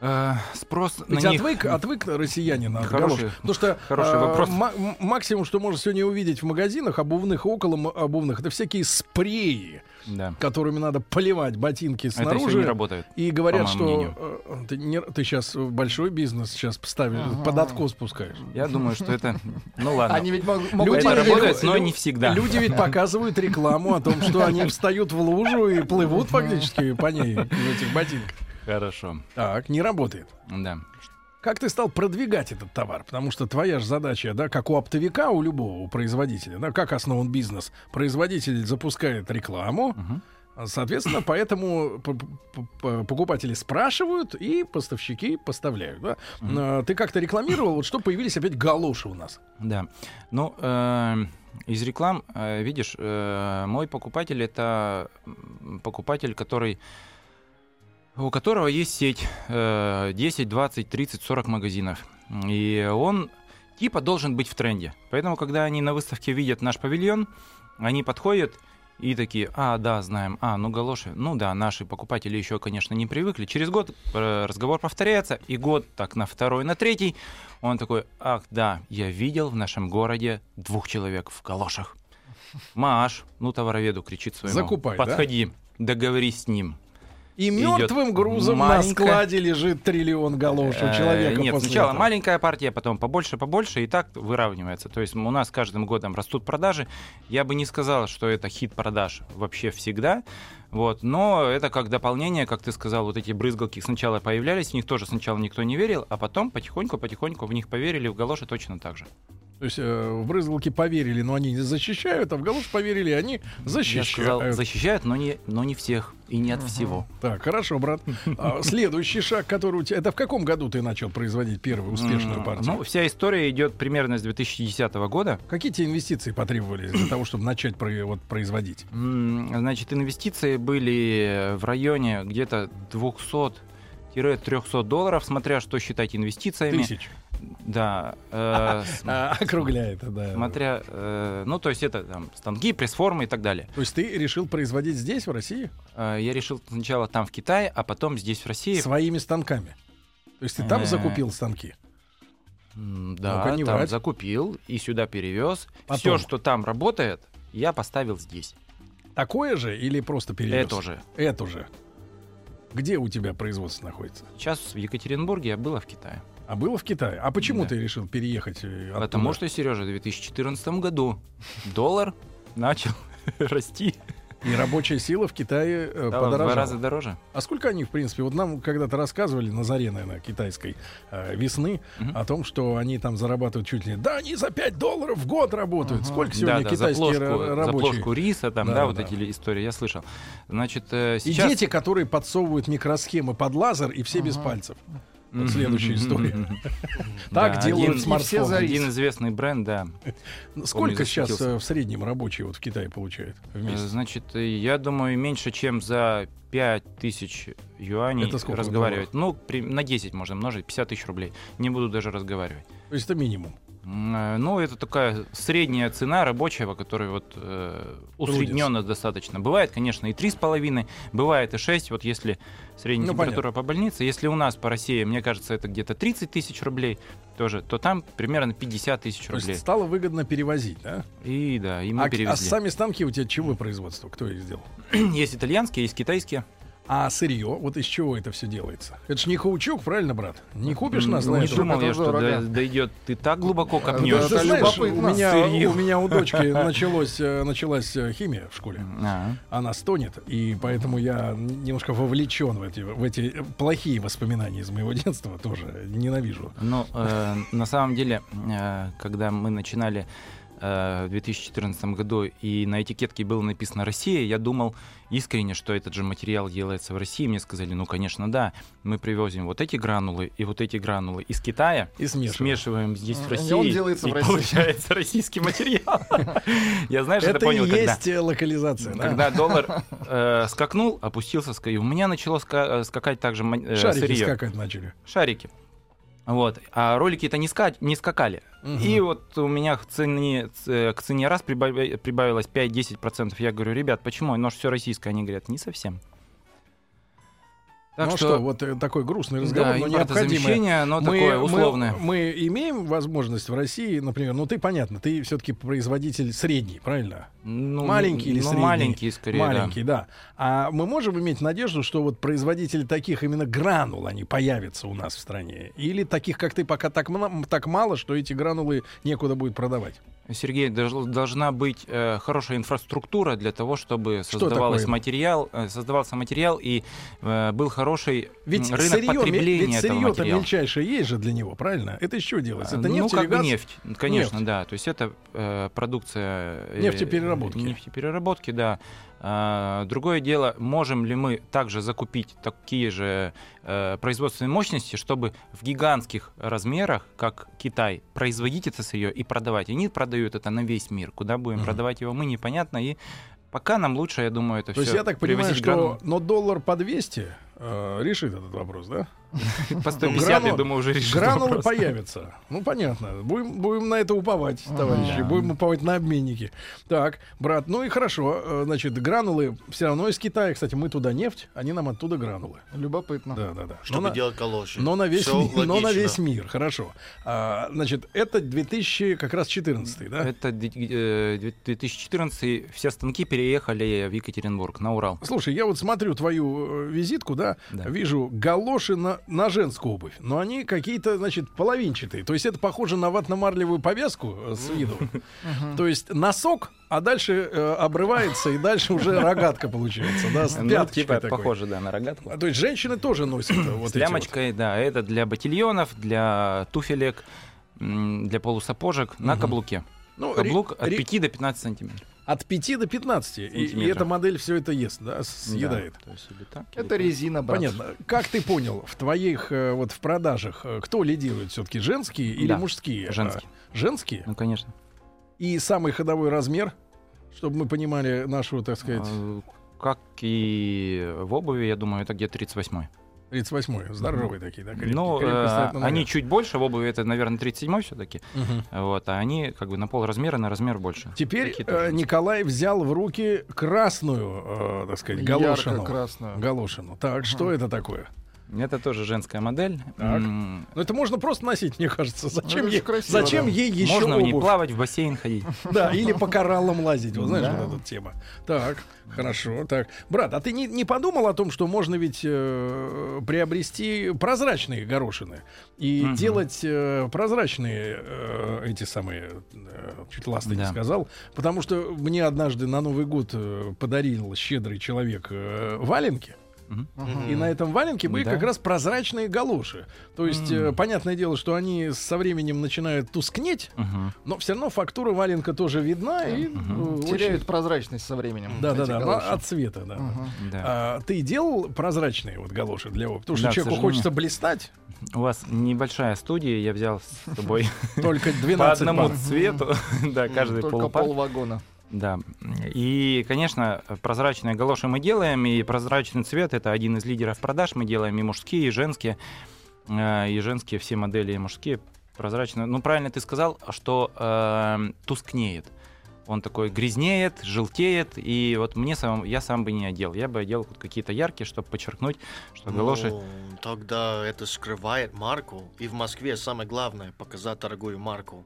Speaker 4: Э, Спрос на
Speaker 2: Ведь
Speaker 4: них...
Speaker 2: отвык, отвык россиянин от
Speaker 4: Хороший-
Speaker 2: галош. Потому что
Speaker 4: хороший
Speaker 2: э,
Speaker 4: вопрос.
Speaker 2: ма- м- максимум, что можно сегодня увидеть в магазинах обувных и около м- обувных, это всякие спреи,
Speaker 4: Да.
Speaker 2: которыми надо поливать ботинки
Speaker 4: А Это
Speaker 2: А снаружи.
Speaker 4: еще не работает.
Speaker 2: И говорят,
Speaker 4: моему
Speaker 2: что
Speaker 4: мнению.
Speaker 2: э, ты, не- ты сейчас большой бизнес сейчас поставишь, под откос пускаешь.
Speaker 4: Я думаю, что это... Ну ладно.
Speaker 5: Они ведь мог- могут...
Speaker 2: Люди
Speaker 4: Это
Speaker 5: поверить.
Speaker 4: работает, но
Speaker 2: лю-
Speaker 4: не всегда.
Speaker 2: Люди ведь показывают рекламу о том, что они встают в лужу и плывут фактически по ней в этих ботинках.
Speaker 4: Хорошо.
Speaker 2: Так, не работает.
Speaker 4: Да.
Speaker 2: Как ты стал продвигать этот товар? Потому что твоя же задача, да, как у оптовика, у любого у производителя, да, как основан бизнес? Производитель запускает рекламу,
Speaker 4: Мгм.
Speaker 2: Соответственно, поэтому п- п- п- покупатели спрашивают и поставщики поставляют. да. Э, Ты как-то рекламировал, вот что появились опять галоши у нас.
Speaker 4: Да. Ну, э, из реклам, э, видишь, э, мой покупатель это м, покупатель, который у которого есть сеть э, 10, 20, 30, 40 магазинов. И он типа должен быть в тренде. Поэтому, когда они на выставке видят наш павильон, они подходят и такие, а, да, знаем, а, ну галоши, ну да, наши покупатели еще, конечно, не привыкли. Через год э, разговор повторяется, и год так на второй, на третий, он такой, ах, да, я видел в нашем городе двух человек в галошах. Маш, ну товароведу кричит своему.
Speaker 2: Закупай, да?
Speaker 4: Подходи, договорись с ним.
Speaker 2: И
Speaker 4: Идет
Speaker 2: мертвым грузом на
Speaker 4: маленькая-
Speaker 2: складе лежит триллион галош у
Speaker 4: Э,
Speaker 2: человека.
Speaker 4: Нет,
Speaker 2: после
Speaker 4: сначала
Speaker 2: этого.
Speaker 4: маленькая партия, потом побольше, побольше, и так выравнивается. То есть у нас каждым годом растут продажи. Я бы не сказал, что это хит продаж вообще всегда. Вот, но это как дополнение, как ты сказал, вот эти брызгалки сначала появлялись, в них тоже сначала никто не верил, а потом потихоньку-потихоньку в них поверили, в галоши точно так же.
Speaker 2: То есть э, в брызгалки поверили, но они не защищают, а в галош поверили, они
Speaker 4: Я
Speaker 2: защищают.
Speaker 4: сказал, защищают, но не, но не всех и не от всего.
Speaker 2: Так, хорошо, брат. А, Следующий шаг, который у тебя... Это в каком году ты начал производить первую успешную
Speaker 4: М,
Speaker 2: партию?
Speaker 4: Ну, вся история идет примерно с 2010 года.
Speaker 2: Какие тебе инвестиции потребовались для того, чтобы начать про- вот, производить?
Speaker 4: М, Значит, инвестиции были в районе где-то 200-300 долларов, смотря что считать инвестициями.
Speaker 2: Тысяч.
Speaker 4: Да. э, см-
Speaker 2: А, округляй это, да.
Speaker 4: Смотря, э, ну, то есть это там станки, пресс-формы и так далее.
Speaker 2: То есть ты решил производить здесь, в России,
Speaker 4: Э, Я решил сначала там в Китае, а потом здесь в России.
Speaker 2: своими станками? То есть ты там
Speaker 4: Э,
Speaker 2: закупил станки?
Speaker 4: М, Да,
Speaker 2: Ну-ка, не
Speaker 4: там
Speaker 2: врать.
Speaker 4: закупил и сюда перевез.
Speaker 2: Потом.
Speaker 4: Все, что там работает, я поставил здесь.
Speaker 2: Такое же или просто перевез?
Speaker 4: Это уже.
Speaker 2: Это же. Где у тебя производство находится?
Speaker 4: Сейчас в Екатеринбурге, а было в Китае.
Speaker 2: А было в Китае? А почему
Speaker 4: Да.
Speaker 2: ты решил переехать? э, оттуда?
Speaker 4: Потому что, Сережа, в 2014 году доллар начал расти.
Speaker 2: И рабочая сила в Китае э,
Speaker 4: Стало в
Speaker 2: подорожала.
Speaker 4: два раза дороже.
Speaker 2: А сколько они, в принципе, вот нам когда-то рассказывали на заре, наверное, китайской э, весны
Speaker 4: Мгм.
Speaker 2: о том, что они там зарабатывают чуть ли не... Да, они за 5 долларов в год работают. Сколько сегодня
Speaker 4: Да-да, за
Speaker 2: китайские
Speaker 4: плошку,
Speaker 2: ра-
Speaker 4: за
Speaker 2: рабочие?
Speaker 4: плошку риса, там, да,
Speaker 2: Да-да-да.
Speaker 4: вот эти ли- истории, я слышал. Значит, э,
Speaker 2: И
Speaker 4: сейчас...
Speaker 2: дети, которые подсовывают микросхемы под лазер, и все без пальцев. Вот следующая история. Так
Speaker 4: Да,
Speaker 2: делают
Speaker 4: один-
Speaker 5: все
Speaker 2: смартфоны.
Speaker 5: за рис.
Speaker 4: Один известный бренд, да.
Speaker 2: Сколько сейчас
Speaker 4: засветился.
Speaker 2: э, в среднем рабочие вот в Китае получают в
Speaker 4: Э,
Speaker 2: месяц?
Speaker 4: Значит, э, я думаю, меньше, чем за 5000 юаней
Speaker 2: Это сколько в
Speaker 4: разговаривать. Ну, при- на 10 можно множить, 50 тысяч рублей. Не буду даже разговаривать.
Speaker 2: То есть это минимум.
Speaker 4: М, э, Ну, это такая средняя цена рабочего, который вот э, усредненно достаточно. Бывает, конечно, и 3,5, бывает и 6. Вот если средняя
Speaker 2: Ну,
Speaker 4: температура по больнице, если у нас по России, мне кажется, это где-то 30 тысяч рублей тоже, то там примерно 50 тысяч
Speaker 2: То есть
Speaker 4: рублей.
Speaker 2: стало выгодно перевозить, да?
Speaker 4: И да, и мы
Speaker 2: А, а
Speaker 4: перевезли.
Speaker 2: сами станки у тебя чего производства? Кто их сделал?
Speaker 4: Есть итальянские, есть китайские.
Speaker 2: А сырье, вот из чего это все делается? Это ж не хаучук, правильно, брат? Не купишь на
Speaker 4: Не
Speaker 2: знаю.
Speaker 4: думал я,
Speaker 5: это
Speaker 4: что
Speaker 5: дорого.
Speaker 4: да- дойдет. Ты так глубоко
Speaker 5: Да,
Speaker 4: копнешь.
Speaker 2: Ты
Speaker 5: это
Speaker 2: знаешь, у
Speaker 5: любопытно.
Speaker 2: меня,
Speaker 4: Сырье.
Speaker 2: у меня у дочки началось, э, началась э, химия в школе.
Speaker 4: А,
Speaker 2: Она стонет, и поэтому я немножко вовлечен в эти, в эти плохие воспоминания из моего детства тоже. Ненавижу.
Speaker 4: Ну, э, на самом деле, э, когда мы начинали э, в 2014 году, и на этикетке было написано «Россия», я думал искренне, что этот же материал делается в России. Мне сказали, ну, конечно, да, мы привозим вот эти гранулы и вот эти гранулы из Китая,
Speaker 2: И смешиваю.
Speaker 4: смешиваем здесь в
Speaker 5: И
Speaker 4: России,
Speaker 5: он делается
Speaker 4: и
Speaker 5: в России.
Speaker 4: получается российский материал. Я, знаешь, это
Speaker 2: Это, и
Speaker 4: понял, когда...
Speaker 2: есть э, локализация. да.
Speaker 4: Когда доллар э, скакнул, опустился, ска- и у меня начало ска- э, скакать также ма- э,
Speaker 2: Шарики
Speaker 4: сырье
Speaker 2: скакать начали.
Speaker 4: шарики. Вот. А ролики-то не, ска- не скакали.
Speaker 2: Мгм.
Speaker 4: И вот у меня к цене, ц- э, к цене раз прибав- прибавилось 5-10%. Я говорю, ребят, почему? Оно же все российское. Они говорят, не совсем. Так
Speaker 2: ну что, вот э, такой грустный разговор,
Speaker 4: да,
Speaker 2: но необходимый.
Speaker 4: импортозамещение, оно такое условное.
Speaker 2: Мы, имеем возможность в России, например, ну ты понятно, ты все-таки производитель средний, правильно?
Speaker 4: Ну,
Speaker 2: маленький или
Speaker 4: ну,
Speaker 2: средний?
Speaker 4: маленький, скорее, да.
Speaker 2: Маленький, да. А мы можем иметь надежду, что вот производители таких именно гранул, они появятся у нас в стране? Или таких, как ты, пока так, мно- так мало, что эти гранулы некуда будет продавать?
Speaker 4: Сергей, долж- должна быть э, хорошая инфраструктура для того, чтобы
Speaker 2: Что
Speaker 4: создавалось
Speaker 2: такое?
Speaker 4: материал, э, создавался материал и э, был хороший
Speaker 2: Ведь
Speaker 4: м, рынок
Speaker 2: сырье, ме-
Speaker 4: потребления
Speaker 2: ведь
Speaker 4: этого
Speaker 2: сырье-то
Speaker 4: материала.
Speaker 2: мельчайшее есть же для него, правильно? Это из чего делается? Это
Speaker 4: ну,
Speaker 2: нефть
Speaker 4: как
Speaker 2: или
Speaker 4: бы
Speaker 2: газ?
Speaker 4: нефть, конечно, да. То есть это э, продукция... э,
Speaker 2: Нефтепереработки.
Speaker 4: Нефтепереработки, да. А, другое дело, можем ли мы также закупить такие же э, производственные мощности, чтобы в гигантских размерах, как Китай, производить это сырье и продавать. Они продают это на весь мир. Куда будем
Speaker 2: Мгм.
Speaker 4: продавать его, мы непонятно. И пока нам лучше, я думаю, это
Speaker 2: То
Speaker 4: все
Speaker 2: есть я так понимаю, что но доллар по 200 э, решит этот вопрос, да?
Speaker 4: по 150, я
Speaker 2: гранул-
Speaker 4: думаю, уже решится
Speaker 2: Гранулы
Speaker 4: вопрос.
Speaker 2: появятся. Ну, понятно. Будем, будем на это уповать, товарищи.
Speaker 4: Да.
Speaker 2: Будем уповать на обменники. Так, брат, ну и хорошо. Э, Значит, гранулы все равно из Китая. Кстати, мы туда нефть, они нам оттуда гранулы.
Speaker 5: Любопытно.
Speaker 2: Да, да, да.
Speaker 3: чтобы
Speaker 2: на-
Speaker 3: делать калоши.
Speaker 2: но на весь,
Speaker 3: Всё
Speaker 2: ми- но на
Speaker 3: логично.
Speaker 2: весь мир, хорошо. А, значит, это 2000, как раз 14 да?
Speaker 4: Это ди- э, две- 2014 все станки переехали в Екатеринбург, на Урал.
Speaker 2: Слушай, я вот смотрю твою э, визитку, да,
Speaker 4: Да.
Speaker 2: вижу галоши на, на женскую обувь, но они какие-то, значит, половинчатые. То есть это похоже на ватно-марлевую повязку э, с виду. То есть носок, а дальше э, обрывается, и дальше уже рогатка получается, да, с
Speaker 4: Ну,
Speaker 2: пяточкой
Speaker 4: типа,
Speaker 2: такой.
Speaker 4: похоже, да, на рогатку.
Speaker 2: А, То есть женщины тоже носят э, вот
Speaker 4: С
Speaker 2: эти вот.
Speaker 4: лямочкой, да, это для ботильонов, для туфелек, м, для полусапожек на
Speaker 2: Мгм.
Speaker 4: каблуке.
Speaker 2: Ну, ре-
Speaker 4: Каблук от
Speaker 2: ре-
Speaker 4: 5 до 15 сантиметров.
Speaker 2: от 5 до 15. И, и
Speaker 4: Сантиметров.
Speaker 2: эта модель все это ест, да, съедает.
Speaker 4: Да, то есть или так, или
Speaker 5: Это
Speaker 4: так.
Speaker 5: резина, брат.
Speaker 2: Понятно. Как ты понял, в твоих э, вот в продажах э, кто лидирует все-таки женские или
Speaker 4: Да,
Speaker 2: мужские?
Speaker 4: женские.
Speaker 2: А, женские.
Speaker 4: Ну, конечно.
Speaker 2: И самый ходовой размер, чтобы мы понимали нашу, так сказать,
Speaker 4: А, Как и в обуви, я думаю, это где-то 38
Speaker 2: 38-й. Здоровые такие, да, крепкие.
Speaker 4: Ну,
Speaker 2: Крепко
Speaker 4: э,
Speaker 2: стоят на ногах.
Speaker 4: они чуть больше, в обуви это, наверное, 37 все-таки.
Speaker 2: Мгм.
Speaker 4: Вот, а они как бы на полразмера, на размер больше.
Speaker 2: Теперь
Speaker 4: Такие
Speaker 2: э,
Speaker 4: тоже.
Speaker 2: Николай взял в руки красную, э, так сказать, галошину.
Speaker 5: Ярко-красную.
Speaker 2: Галошину. Так, что это такое?
Speaker 4: Это тоже женская модель.
Speaker 2: Так.
Speaker 4: М,
Speaker 2: Ну, это можно просто носить, мне
Speaker 4: Ну,
Speaker 2: кажется. Зачем,
Speaker 5: это
Speaker 2: ей,
Speaker 5: очень красиво,
Speaker 2: зачем
Speaker 5: да.
Speaker 2: ей еще
Speaker 4: Можно в ней
Speaker 2: обувь?
Speaker 4: плавать, в бассейн ходить.
Speaker 2: Да, или по кораллам лазить, вот знаешь,
Speaker 5: Да.
Speaker 2: вот эта тема. Так, хорошо, так. Брат, а ты не, не подумал о том, что можно ведь э, приобрести прозрачные горошины и
Speaker 4: Мгм.
Speaker 2: делать э, прозрачные э, эти самые, э, чуть ласты не
Speaker 4: Да.
Speaker 2: сказал, потому что мне однажды на Новый год э, подарил щедрый человек э, валенки,
Speaker 4: Мгм.
Speaker 3: Мгм.
Speaker 2: и на этом валенке были
Speaker 4: Ну Да.
Speaker 2: как раз прозрачные галоши. То есть, э, понятное дело, что они со временем начинают тускнеть,
Speaker 4: Мгм.
Speaker 2: но все равно фактура валенка тоже видна и э, очень-
Speaker 5: Теряют ну, прозрачность со временем.
Speaker 2: Да, да,
Speaker 5: эти
Speaker 2: да, ну,
Speaker 5: галоши.
Speaker 2: от цвета, да.
Speaker 5: Мгм.
Speaker 4: Да.
Speaker 2: А, ты делал прозрачные вот галоши для обуви? Потому что
Speaker 4: Да, к
Speaker 2: человеку
Speaker 4: сожалению.
Speaker 2: хочется блистать,
Speaker 4: У вас небольшая студия, я взял с собой
Speaker 2: только
Speaker 4: по
Speaker 2: 12
Speaker 4: одному
Speaker 2: пар.
Speaker 4: цвету, да, каждый
Speaker 5: Только
Speaker 4: полупар.
Speaker 5: полвагона.
Speaker 4: Да. И, конечно, прозрачные галоши мы делаем, и прозрачный цвет — это один из лидеров продаж. Мы делаем и мужские, и женские, Э, и женские все модели, и мужские прозрачные. Ну, правильно ты сказал, что э, эм, тускнеет. Он такой грязнеет, желтеет, и вот мне сам, я сам бы не одел. Я бы одел вот какие-то яркие, чтобы подчеркнуть, что галоши...
Speaker 3: Ну, тогда это скрывает марку. И в Москве самое главное показать дорогую марку.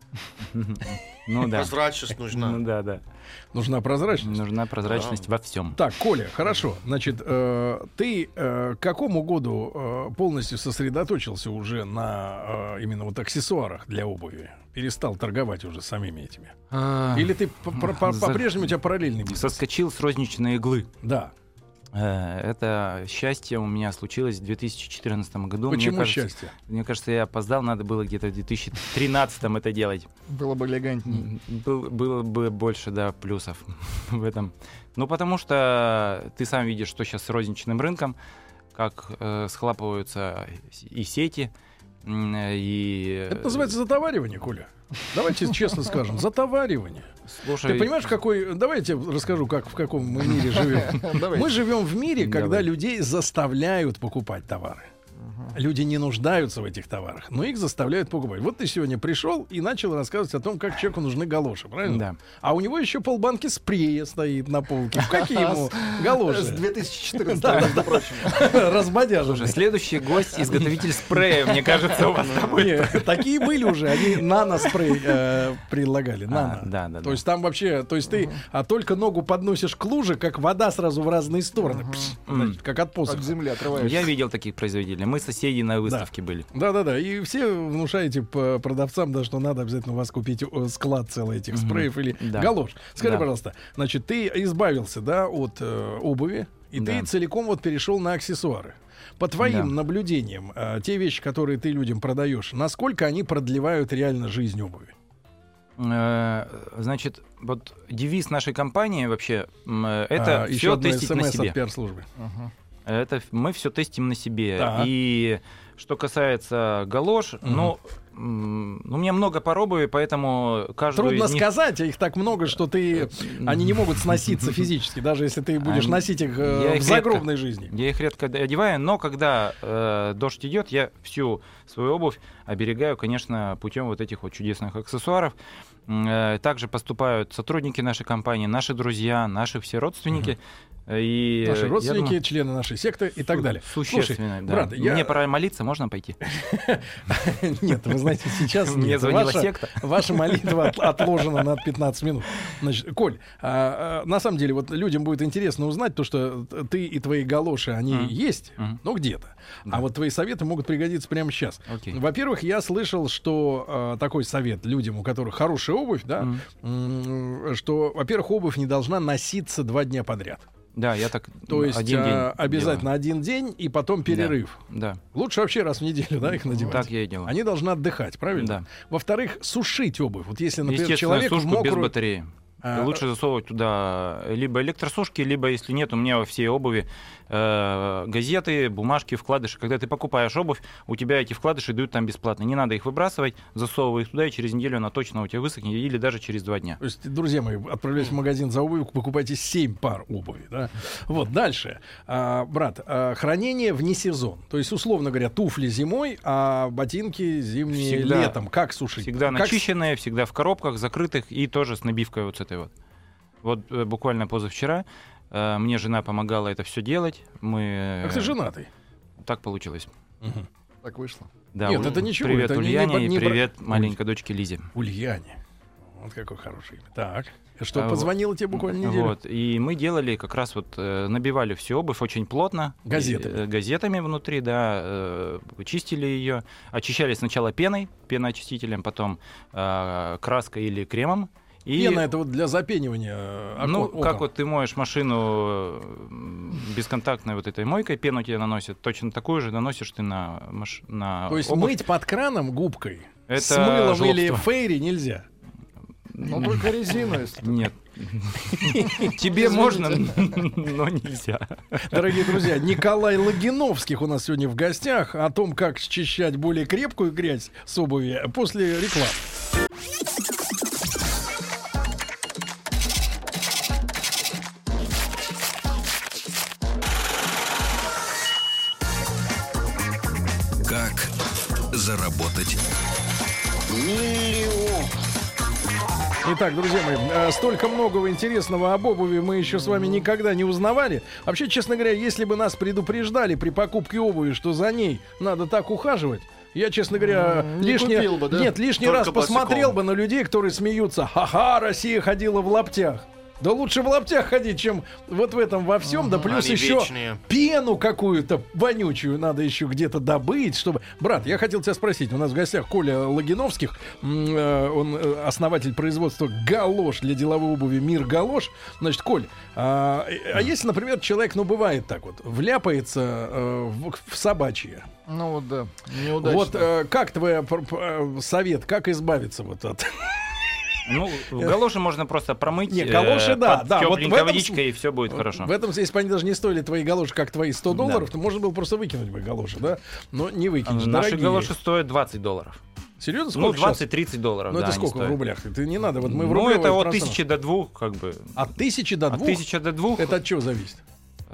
Speaker 4: Ну да.
Speaker 3: Прозрачность
Speaker 4: Ну
Speaker 3: нужна.
Speaker 4: да, да.
Speaker 2: Нужна прозрачность.
Speaker 4: Нужна прозрачность во всем.
Speaker 2: Так, Коля, хорошо. Значит, э, ты э, к какому году э, полностью сосредоточился уже на э, именно вот аксессуарах для обуви? Перестал торговать уже самими этими? Или ты по- по- по-
Speaker 4: За-
Speaker 2: по-прежнему у тебя параллельный бизнес?
Speaker 4: Соскочил с розничной иглы.
Speaker 2: Да.
Speaker 4: Э, Это счастье у меня случилось в 2014
Speaker 2: Почему
Speaker 4: году. Ну, мне кажется,
Speaker 2: счастье?
Speaker 4: Мне кажется, я опоздал, надо было где-то в 2013 это делать.
Speaker 5: Было бы элегантнее.
Speaker 4: Был- было бы больше, да, плюсов в этом. Ну, потому что ты сам видишь, что сейчас с розничным рынком, как э, схлапываются и сети, м, и... э,
Speaker 2: Это называется затоваривание, Коля. Давайте честно скажем, затоваривание.
Speaker 4: Слушай,
Speaker 2: Ты понимаешь, в какой... Давай я тебе расскажу, как, в каком мы мире живем.
Speaker 5: Давайте.
Speaker 2: Мы живем в мире, когда
Speaker 4: Давай.
Speaker 2: людей заставляют покупать товары. Люди не нуждаются в этих товарах, но их заставляют покупать. Вот ты сегодня пришел и начал рассказывать о том, как человеку нужны галоши, правильно?
Speaker 4: Да.
Speaker 2: А у него еще полбанки спрея стоит на полке. В какие ему
Speaker 5: С
Speaker 2: галоши?
Speaker 5: 2014, между прочим.
Speaker 4: Слушай,
Speaker 2: Разбодяжены.
Speaker 4: следующий гость — изготовитель спрея, мне кажется, у вас
Speaker 2: Ну,
Speaker 4: с тобой.
Speaker 2: Не, такие были уже, они нано-спрей э, предлагали. Нано.
Speaker 4: А, да, да,
Speaker 2: то
Speaker 4: да.
Speaker 2: есть там вообще, то есть ты а только ногу подносишь к луже, как вода сразу в разные стороны. Пш, значит, как от
Speaker 5: От
Speaker 2: посоха.
Speaker 5: земли отрываешься.
Speaker 4: Я видел таких производителей. Мы соседи на выставке были.
Speaker 2: Да-да-да, и все внушаете п- продавцам, да, что надо обязательно у вас купить э, склад целый этих спреев или
Speaker 4: Да.
Speaker 2: галош. Скажи,
Speaker 4: Да.
Speaker 2: пожалуйста, значит, ты избавился, да, от э, обуви, и ты
Speaker 4: Да.
Speaker 2: целиком вот перешел на аксессуары. По твоим
Speaker 4: Да.
Speaker 2: наблюдениям, э, те вещи, которые ты людям продаешь, насколько они продлевают реально жизнь обуви?
Speaker 4: Э, Значит, вот девиз нашей компании вообще м, э, это
Speaker 2: А,
Speaker 4: все
Speaker 2: одно
Speaker 4: тестить на
Speaker 2: SMS
Speaker 4: себе.
Speaker 2: от пиар-службы.
Speaker 4: Это ф- мы все тестим на себе.
Speaker 2: Так.
Speaker 4: И что касается галош, ну, м, ну, у меня много пар обуви, поэтому каждую
Speaker 2: Трудно
Speaker 4: из них-
Speaker 2: сказать, а их так много, что ты они не могут сноситься физически, даже если ты будешь
Speaker 4: Они-
Speaker 2: носить их э,
Speaker 4: А, Я
Speaker 2: в
Speaker 4: их
Speaker 2: загробной жизни.
Speaker 4: Я их редко д- одеваю, но когда э, дождь идет, я всю свою обувь оберегаю, конечно, путем вот этих вот чудесных аксессуаров. М, э, также поступают сотрудники нашей компании, наши друзья, наши все родственники. И, э,
Speaker 2: Наши
Speaker 4: я
Speaker 2: родственники,
Speaker 4: думаю,
Speaker 2: члены нашей секты и так далее.
Speaker 4: Существенно,
Speaker 2: Слушай,
Speaker 4: да.
Speaker 2: брат, я-
Speaker 4: Мне пора молиться, можно пойти?
Speaker 2: Нет, вы знаете, сейчас
Speaker 4: Мне
Speaker 2: нет.
Speaker 4: звонила
Speaker 2: Ваша-
Speaker 4: секта.
Speaker 2: Ваша молитва от- отложена на 15 минут. Значит, Коль, а, а, на самом деле, вот людям будет интересно узнать то, что т- ты и твои галоши, они
Speaker 4: Мгм.
Speaker 2: есть,
Speaker 4: Мгм.
Speaker 2: но где-то. А вот твои советы могут пригодиться прямо сейчас.
Speaker 4: Окей.
Speaker 2: Во-первых, я слышал, что а, такой совет людям, у которых хорошая обувь, да, м, что, во-первых, обувь не должна носиться два дня подряд.
Speaker 4: Да, я так
Speaker 2: То есть
Speaker 4: один
Speaker 2: а,
Speaker 4: день
Speaker 2: обязательно один день и потом
Speaker 4: делаю. Да,
Speaker 2: перерыв.
Speaker 4: Да,
Speaker 2: Лучше вообще раз в неделю, да, их надевать.
Speaker 4: так я и делаю.
Speaker 2: Они должны отдыхать, правильно?
Speaker 4: Да.
Speaker 2: Во-вторых, сушить обувь. Вот если, например,
Speaker 4: Естественно,
Speaker 2: человек в
Speaker 4: сушку без
Speaker 2: мокрую...
Speaker 4: батареи.
Speaker 2: А,
Speaker 4: Лучше засовывать туда либо электросушки, либо, если нет, у меня во всей обуви э, газеты, бумажки, вкладыши. Когда ты покупаешь обувь, у тебя эти вкладыши дают там бесплатно. Не надо их выбрасывать, засовывай их туда, и через неделю она точно у тебя высохнет, или даже через два дня.
Speaker 2: То есть, друзья мои, отправляйтесь в магазин за обувью, покупайте 7 пар обуви. Да? Вот, дальше. А, брат, а, хранение вне сезон. То есть, условно говоря, туфли зимой, а ботинки зимние
Speaker 4: Всегда-
Speaker 2: летом. Как сушить?
Speaker 4: Всегда
Speaker 2: как...
Speaker 4: начищенные, всегда в коробках, закрытых, и тоже с набивкой вот с этой вот. Вот э, буквально позавчера э, мне жена помогала это все делать. Мы... э,
Speaker 2: Как ты женатый?
Speaker 4: Так получилось.
Speaker 5: Так вышло.
Speaker 4: Да,
Speaker 2: Нет,
Speaker 4: Уль-
Speaker 2: это ничего,
Speaker 4: Привет
Speaker 2: это не- не
Speaker 4: Ульяне
Speaker 2: бо-
Speaker 4: и
Speaker 2: не бо-
Speaker 4: привет
Speaker 2: Уль.
Speaker 4: маленькой дочке Лизе.
Speaker 2: Ульяне. Вот какое хорошее имя. Так. Что,
Speaker 4: А вот-
Speaker 2: позвонила тебе буквально неделю?
Speaker 4: Вот, и мы делали как раз вот, э, набивали всю обувь очень плотно.
Speaker 2: Газетами.
Speaker 4: Э, газетами внутри, да, э, чистили ее, очищали сначала пеной, пеноочистителем, потом э, краской или кремом. И,
Speaker 2: Пена это вот для запенивания. э, око-
Speaker 4: ну,
Speaker 2: окон.
Speaker 4: как вот ты моешь машину э, бесконтактной вот этой мойкой, пену тебе наносят, точно такую же наносишь ты на, маш... на
Speaker 2: То есть
Speaker 4: обувь.
Speaker 2: мыть под краном губкой
Speaker 4: Это
Speaker 2: с мылом или
Speaker 4: жлобство.
Speaker 2: фейри нельзя.
Speaker 5: Ну, только резину, если ты-
Speaker 4: Нет. Тебе можно, но нельзя.
Speaker 2: Дорогие друзья, Николай Логиновских у нас сегодня в гостях о том, как счищать более крепкую грязь с обуви после рекламы.
Speaker 1: Как заработать?
Speaker 2: Итак, друзья мои, э, столько многого интересного об обуви мы еще с вами никогда не узнавали. Вообще, честно говоря, если бы нас предупреждали при покупке обуви, что за ней надо так ухаживать, я, честно говоря,
Speaker 5: не
Speaker 2: лишний,
Speaker 5: купил бы, да?
Speaker 2: нет, лишний
Speaker 3: Только
Speaker 2: раз посмотрел
Speaker 3: босиком.
Speaker 2: бы на людей, которые смеются. Ха-ха, Россия ходила в лаптях. Да лучше в лаптях ходить, чем вот в этом во всем. Да плюс
Speaker 3: Они
Speaker 2: еще
Speaker 3: вечные.
Speaker 2: пену какую-то вонючую надо еще где-то добыть, чтобы... Брат, я хотел тебя спросить. У нас в гостях Коля Логиновских. М, э, Он э, основатель производства галош для деловой обуви «Мир Галош». Значит, Коль, а, э, а если, например, человек, ну, бывает так вот, вляпается э, в, в собачье.
Speaker 5: Ну вот да, неудачно.
Speaker 2: Вот э, как твой пр- пр- э, совет, как избавиться вот от...
Speaker 4: Ну, в галоши можно просто промыть. э,
Speaker 2: Не, галоши, да,
Speaker 4: под
Speaker 2: да, вот в
Speaker 4: тепленькой
Speaker 2: этом
Speaker 4: водичкой, и все будет хорошо.
Speaker 2: В этом, если бы они даже не стоили твои галоши, как твои 100 долларов, то можно было просто выкинуть бы галоши, да? Но не выкинешь.
Speaker 4: Наши
Speaker 2: дорогие.
Speaker 4: галоши стоят 20 долларов.
Speaker 2: Серьезно,
Speaker 4: Ну,
Speaker 2: сколько сейчас?
Speaker 4: 20-30 долларов,
Speaker 2: Ну,
Speaker 4: да,
Speaker 2: это
Speaker 4: они
Speaker 2: сколько в
Speaker 4: стоят.
Speaker 2: рублях? Это не надо, вот мы в
Speaker 4: Ну,
Speaker 2: рублевых
Speaker 4: это от
Speaker 2: процентах.
Speaker 4: 1000 до 2, как бы.
Speaker 2: От тысячи до
Speaker 4: От
Speaker 2: двух?
Speaker 4: 1000 до 2,
Speaker 2: Это от чего зависит?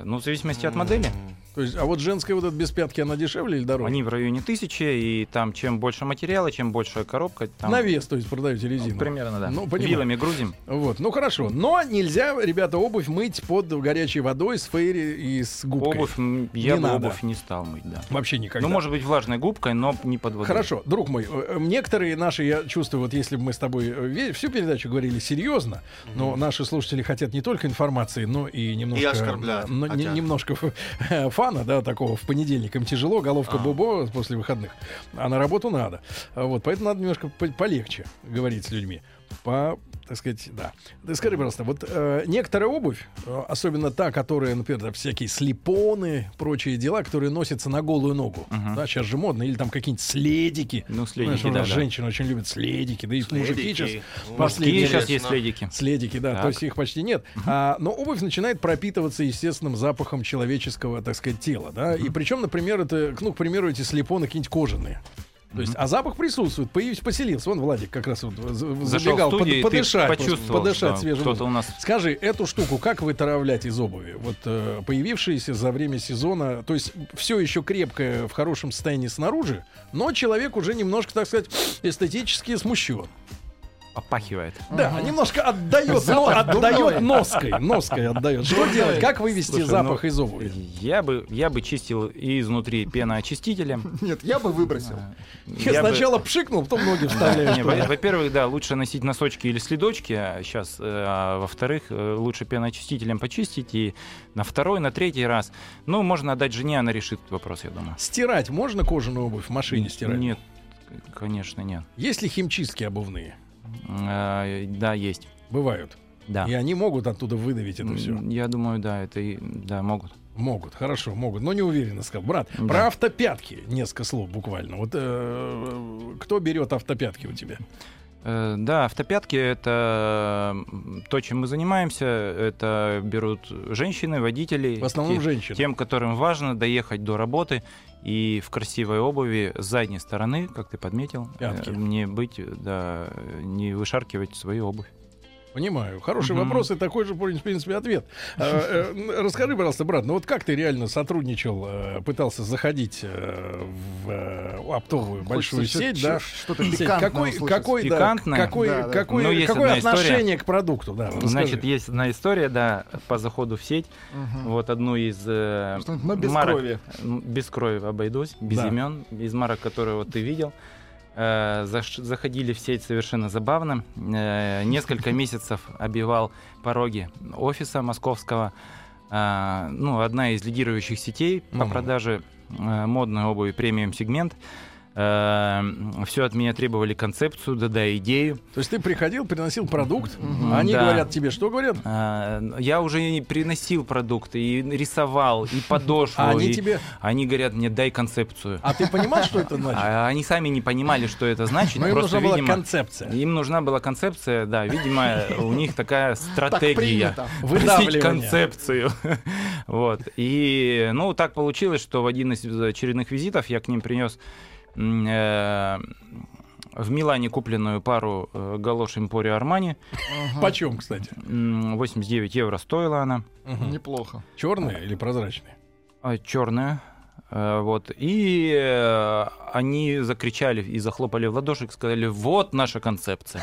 Speaker 4: ну, в зависимости от модели.
Speaker 2: То есть, а вот женская вот эта без пятки, она дешевле или дороже?
Speaker 4: Они в районе 1000, и там чем больше материала, чем большая коробка, там...
Speaker 2: На вес, то есть, продаете
Speaker 4: Ну,
Speaker 2: резину.
Speaker 4: Примерно, да.
Speaker 2: Ну, понимаю.
Speaker 4: Вилами грузим.
Speaker 2: Вот, ну хорошо. Но нельзя, ребята, обувь мыть под горячей водой с фейри и с губкой.
Speaker 4: Обувь, м, я
Speaker 2: Не
Speaker 4: бы
Speaker 2: надо.
Speaker 4: обувь не стал мыть, да.
Speaker 2: Вообще никогда.
Speaker 4: Ну, может быть, влажной губкой, но не под водой.
Speaker 2: Хорошо, друг мой, э, э, некоторые наши, я чувствую, вот если бы мы с тобой э, ве- всю передачу говорили серьезно, но наши слушатели хотят не только информации, но и немножко...
Speaker 3: И оскорбляют,
Speaker 2: э, но не-
Speaker 3: хотят.
Speaker 2: немножко э, фана, да, такого в понедельник им тяжело, головка
Speaker 3: А.
Speaker 2: Бобо после выходных, а на работу надо. А Вот, поэтому надо немножко по- полегче говорить с людьми. По, так сказать, да. Ты скажи, пожалуйста, вот э, некоторая обувь, э, особенно та, которая, например, там всякие слепоны, прочие дела, которые носятся на голую ногу.
Speaker 4: Мгм.
Speaker 2: Да, сейчас же модно, или там какие-нибудь следики.
Speaker 4: Ну,
Speaker 2: Знаешь,
Speaker 4: следики,
Speaker 2: у
Speaker 4: да,
Speaker 2: нас
Speaker 4: да.
Speaker 2: женщины очень любят следики, да и мужики сейчас.
Speaker 3: Ну,
Speaker 2: последние
Speaker 4: Какие
Speaker 2: Следики.
Speaker 4: сейчас есть следики?
Speaker 2: Следики, да, то
Speaker 4: Так.
Speaker 2: есть их почти нет. А, но обувь начинает пропитываться естественным запахом человеческого, так сказать, тела, да. И причем, например, это, ну, к примеру, эти слепоны какие-нибудь кожаные. То есть, а запах присутствует, появился, поселился. Вон Владик как раз вот за-
Speaker 4: Зашел в
Speaker 2: Ну, забегал под-
Speaker 4: студию, и ты
Speaker 2: подышать, просто,
Speaker 4: почувствовал,
Speaker 2: подышать
Speaker 4: что
Speaker 2: свежим
Speaker 4: кто-то
Speaker 2: воздухом.
Speaker 4: у нас
Speaker 2: Скажи, эту штуку как вытравлять из обуви? Вот э, появившиеся за время сезона, то есть все еще крепкое в хорошем состоянии снаружи, но человек уже немножко, так сказать, эстетически смущен.
Speaker 4: опахивает.
Speaker 2: Да, немножко отдает,
Speaker 5: Запах
Speaker 2: отдает
Speaker 5: дурной.
Speaker 2: ноской, ноской отдает. Что делать? Как вывести
Speaker 4: Слушай,
Speaker 2: запах
Speaker 4: ну,
Speaker 2: из обуви?
Speaker 4: Я бы, я бы чистил и изнутри пеноочистителем.
Speaker 5: Нет, я бы выбросил.
Speaker 2: Я,
Speaker 4: Я бы-
Speaker 2: сначала пшикнул, потом ноги
Speaker 4: Не,
Speaker 2: вставляешь.
Speaker 4: во- Во-первых, да, лучше носить носочки или следочки а сейчас. Во-вторых, э, лучше пеноочистителем почистить. И на второй, на третий раз. Ну, можно отдать жене, она решит этот вопрос, я думаю.
Speaker 2: Стирать можно кожаную обувь в машине стирать?
Speaker 4: Нет, к- конечно, нет.
Speaker 2: Есть ли химчистки обувные?
Speaker 4: Э, Да, есть.
Speaker 2: Бывают.
Speaker 4: Да.
Speaker 2: И они могут оттуда выдавить это все.
Speaker 4: М, Я думаю, да, это и да, могут.
Speaker 2: Могут, хорошо, могут, но не уверенно сказал. Брат,
Speaker 4: Да.
Speaker 2: про автопятки несколько слов буквально. Вот э, кто берет автопятки у тебя?
Speaker 4: Э, Да, автопятки это м, то, чем мы занимаемся. Это берут женщины, водители.
Speaker 2: В основном
Speaker 4: те-
Speaker 2: женщины.
Speaker 4: Тем, которым важно доехать до работы и в красивой обуви с задней стороны, как ты подметил,
Speaker 2: Пятки.
Speaker 4: э, не быть, да, не вышаркивать свою обувь.
Speaker 2: Понимаю. Хороший
Speaker 4: Мгм.
Speaker 2: вопрос и такой же, в принципе, ответ. Э, э, Расскажи, пожалуйста, брат, ну вот как ты реально сотрудничал, э, пытался заходить э, в э, оптовую большую
Speaker 5: Хочется
Speaker 2: сеть,
Speaker 5: чё-
Speaker 2: да?
Speaker 5: Что-то
Speaker 2: Сеть.
Speaker 5: пикантное
Speaker 2: Какой,
Speaker 5: услышать.
Speaker 2: какой, да,
Speaker 4: Пикантное?
Speaker 2: какой,
Speaker 5: Да, да.
Speaker 2: какой,
Speaker 4: Ну, есть
Speaker 2: какое
Speaker 4: одна история.
Speaker 2: отношение к продукту, да? расскажи.
Speaker 4: Значит, есть одна история, да, по заходу в сеть.
Speaker 5: Мгм.
Speaker 4: Вот одну из э,
Speaker 5: Что-нибудь,
Speaker 2: ну,
Speaker 5: но Ну, без
Speaker 4: марок-
Speaker 5: крови.
Speaker 4: М, Без крови обойдусь, без
Speaker 2: Да.
Speaker 4: имен, из марок, которые вот ты видел. Э, заш- Заходили в сеть совершенно забавно. Э, Несколько месяцев обивал пороги офиса московского. А, Ну, одна из лидирующих сетей по
Speaker 2: Ну-ну.
Speaker 4: продаже э, модной обуви премиум сегмент. Все от меня требовали концепцию, да-да, идею.
Speaker 2: То есть ты приходил, приносил продукт,
Speaker 5: Мгм.
Speaker 2: а они
Speaker 4: Да.
Speaker 2: говорят тебе, что говорят?
Speaker 4: Э, Я уже и приносил продукты, и рисовал, и подошву.
Speaker 2: А они
Speaker 4: и
Speaker 2: тебе...
Speaker 4: Они говорят мне, дай концепцию.
Speaker 2: А ты понимал, что это значит?
Speaker 4: А они сами не понимали, что это значит.
Speaker 2: Ну, им
Speaker 4: просто,
Speaker 2: нужна была
Speaker 4: видимо,
Speaker 2: концепция.
Speaker 4: им нужна была концепция, да, видимо, у них такая
Speaker 5: Так
Speaker 4: стратегия.
Speaker 5: принято.
Speaker 4: Просить
Speaker 2: Выдавливание.
Speaker 4: концепцию. вот. И, ну, так получилось, что в один из очередных визитов я к ним принес м, э, в Милане купленную пару э, галош Эмпорио Армани.
Speaker 2: Почем, кстати?
Speaker 4: М, 89 евро стоила она.
Speaker 5: Неплохо.
Speaker 4: А.
Speaker 2: Черные или прозрачные?
Speaker 4: Черная. Э, Вот. И э, они закричали и захлопали в ладоши, сказали, вот наша концепция.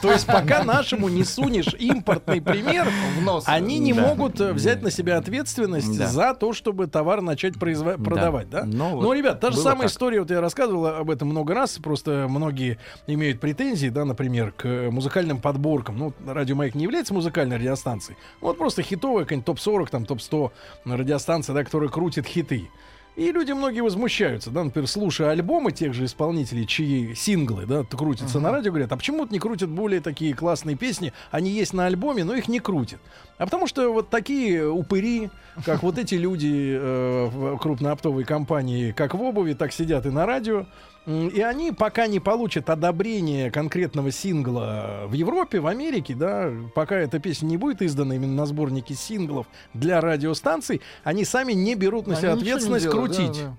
Speaker 2: То есть пока нашему не сунешь импортный пример,
Speaker 5: В нос.
Speaker 2: они не
Speaker 4: Да.
Speaker 2: могут э, взять на себя ответственность
Speaker 4: Да.
Speaker 2: за то, чтобы товар начать произва- продавать, да?
Speaker 4: Ну, вот
Speaker 2: Ну, ребят, та же
Speaker 4: было
Speaker 2: самая
Speaker 4: так.
Speaker 2: история, вот я рассказывал об этом много раз, просто многие имеют претензии, да, например, к э, музыкальным подборкам. Ну, Радио Маяк не является музыкальной радиостанцией, Ну, вот просто хитовая какая-нибудь топ-40, там, топ-100 радиостанция, да, которая крутит хиты. И люди многие возмущаются, да, например, слушая альбомы тех же исполнителей, чьи синглы, да, т- крутятся на радио, говорят, а почему вот не крутят более такие классные песни, они есть на альбоме, но их не крутят. А потому что вот такие упыри, как вот эти люди э, в крупнооптовой компании, как в обуви, так сидят и на радио, М, и они пока не получат одобрение конкретного сингла в Европе, в Америке, да, пока эта песня не будет издана именно на сборнике синглов для радиостанций, они сами не берут на
Speaker 5: Они
Speaker 2: себя
Speaker 5: ничего не
Speaker 2: ну, ответственность
Speaker 5: делают, да,
Speaker 2: крутить.
Speaker 5: да.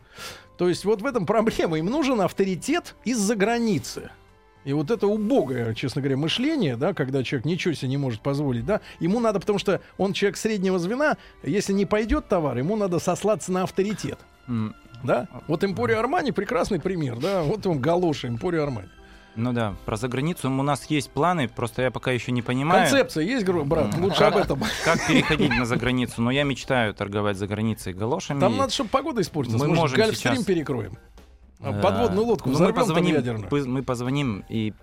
Speaker 2: То есть вот в этом проблема. Им нужен авторитет из-за границы. И вот это убогое, честно говоря, мышление, да, когда человек ничего себе не может позволить, да, ему надо, потому что он человек среднего звена, если не пойдет товар, ему надо сослаться на авторитет,
Speaker 4: М,
Speaker 2: да. Вот Эмпорио Армани прекрасный пример, да, вот вам галоши Эмпорио Армани.
Speaker 4: Ну да, про заграницу у нас есть планы, просто я пока еще не понимаю,
Speaker 2: Концепция есть, говорю, брат, лучше об этом.
Speaker 4: как переходить на заграницу, но я мечтаю торговать за границей галошами.
Speaker 2: Там надо, чтобы погода испортилась,
Speaker 4: Мы
Speaker 2: может,
Speaker 4: можем
Speaker 2: гольфстрим
Speaker 4: сейчас-
Speaker 2: перекроем. А
Speaker 4: Э,
Speaker 2: Подводную лодку
Speaker 4: ну,
Speaker 2: взорвем
Speaker 4: мы позвоним,
Speaker 2: там ядерную.
Speaker 4: пы- мы позвоним и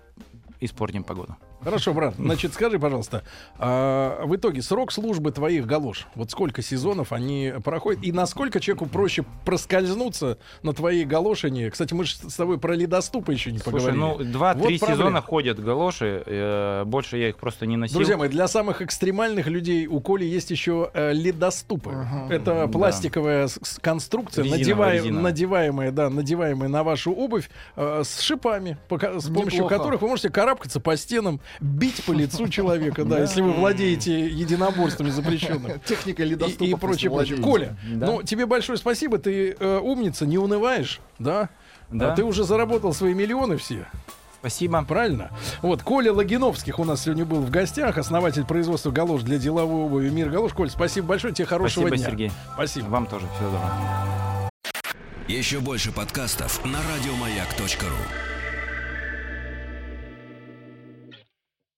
Speaker 4: испортим погоду.
Speaker 2: Хорошо, брат. Значит, скажи, пожалуйста, а, в итоге срок службы твоих галош, вот сколько сезонов они проходят, и насколько человеку проще проскользнуться на твоей галошине? Кстати, мы же с тобой про ледоступы еще не
Speaker 4: Слушай,
Speaker 2: поговорили.
Speaker 4: ну два-три
Speaker 2: Вот проблема.
Speaker 4: сезона ходят галоши, э, больше я их просто не носил.
Speaker 2: Друзья мои, для самых экстремальных людей у Коли есть еще э, ледоступы.
Speaker 5: Ага.
Speaker 2: Это
Speaker 4: М, да.
Speaker 2: пластиковая с- с- конструкция,
Speaker 4: Резиновая,
Speaker 2: надевая-
Speaker 4: резиновая.
Speaker 2: надеваемая, да, надеваемая на вашу обувь э, с шипами, пока- с помощью
Speaker 5: Неплохо.
Speaker 2: которых вы можете карабкаться по стенам, бить по лицу человека, да, если вы владеете единоборствами запрещенными.
Speaker 5: Техника
Speaker 2: И,
Speaker 5: ледоступов.
Speaker 2: и прочее, прочее. Коля, ну тебе большое спасибо, ты э, умница, не унываешь, да?
Speaker 4: Да.
Speaker 2: А ты уже заработал свои миллионы все.
Speaker 4: Спасибо.
Speaker 2: Правильно? Вот, Коля Логиновских у нас сегодня был в гостях, основатель производства галош для деловой обуви «Мир Галош». Коль, спасибо большое, тебе хорошего
Speaker 4: Спасибо,
Speaker 2: дня.
Speaker 4: Сергей.
Speaker 2: Спасибо.
Speaker 4: Вам тоже. Всего доброго.
Speaker 1: Еще больше подкастов на радиомаяк.ру.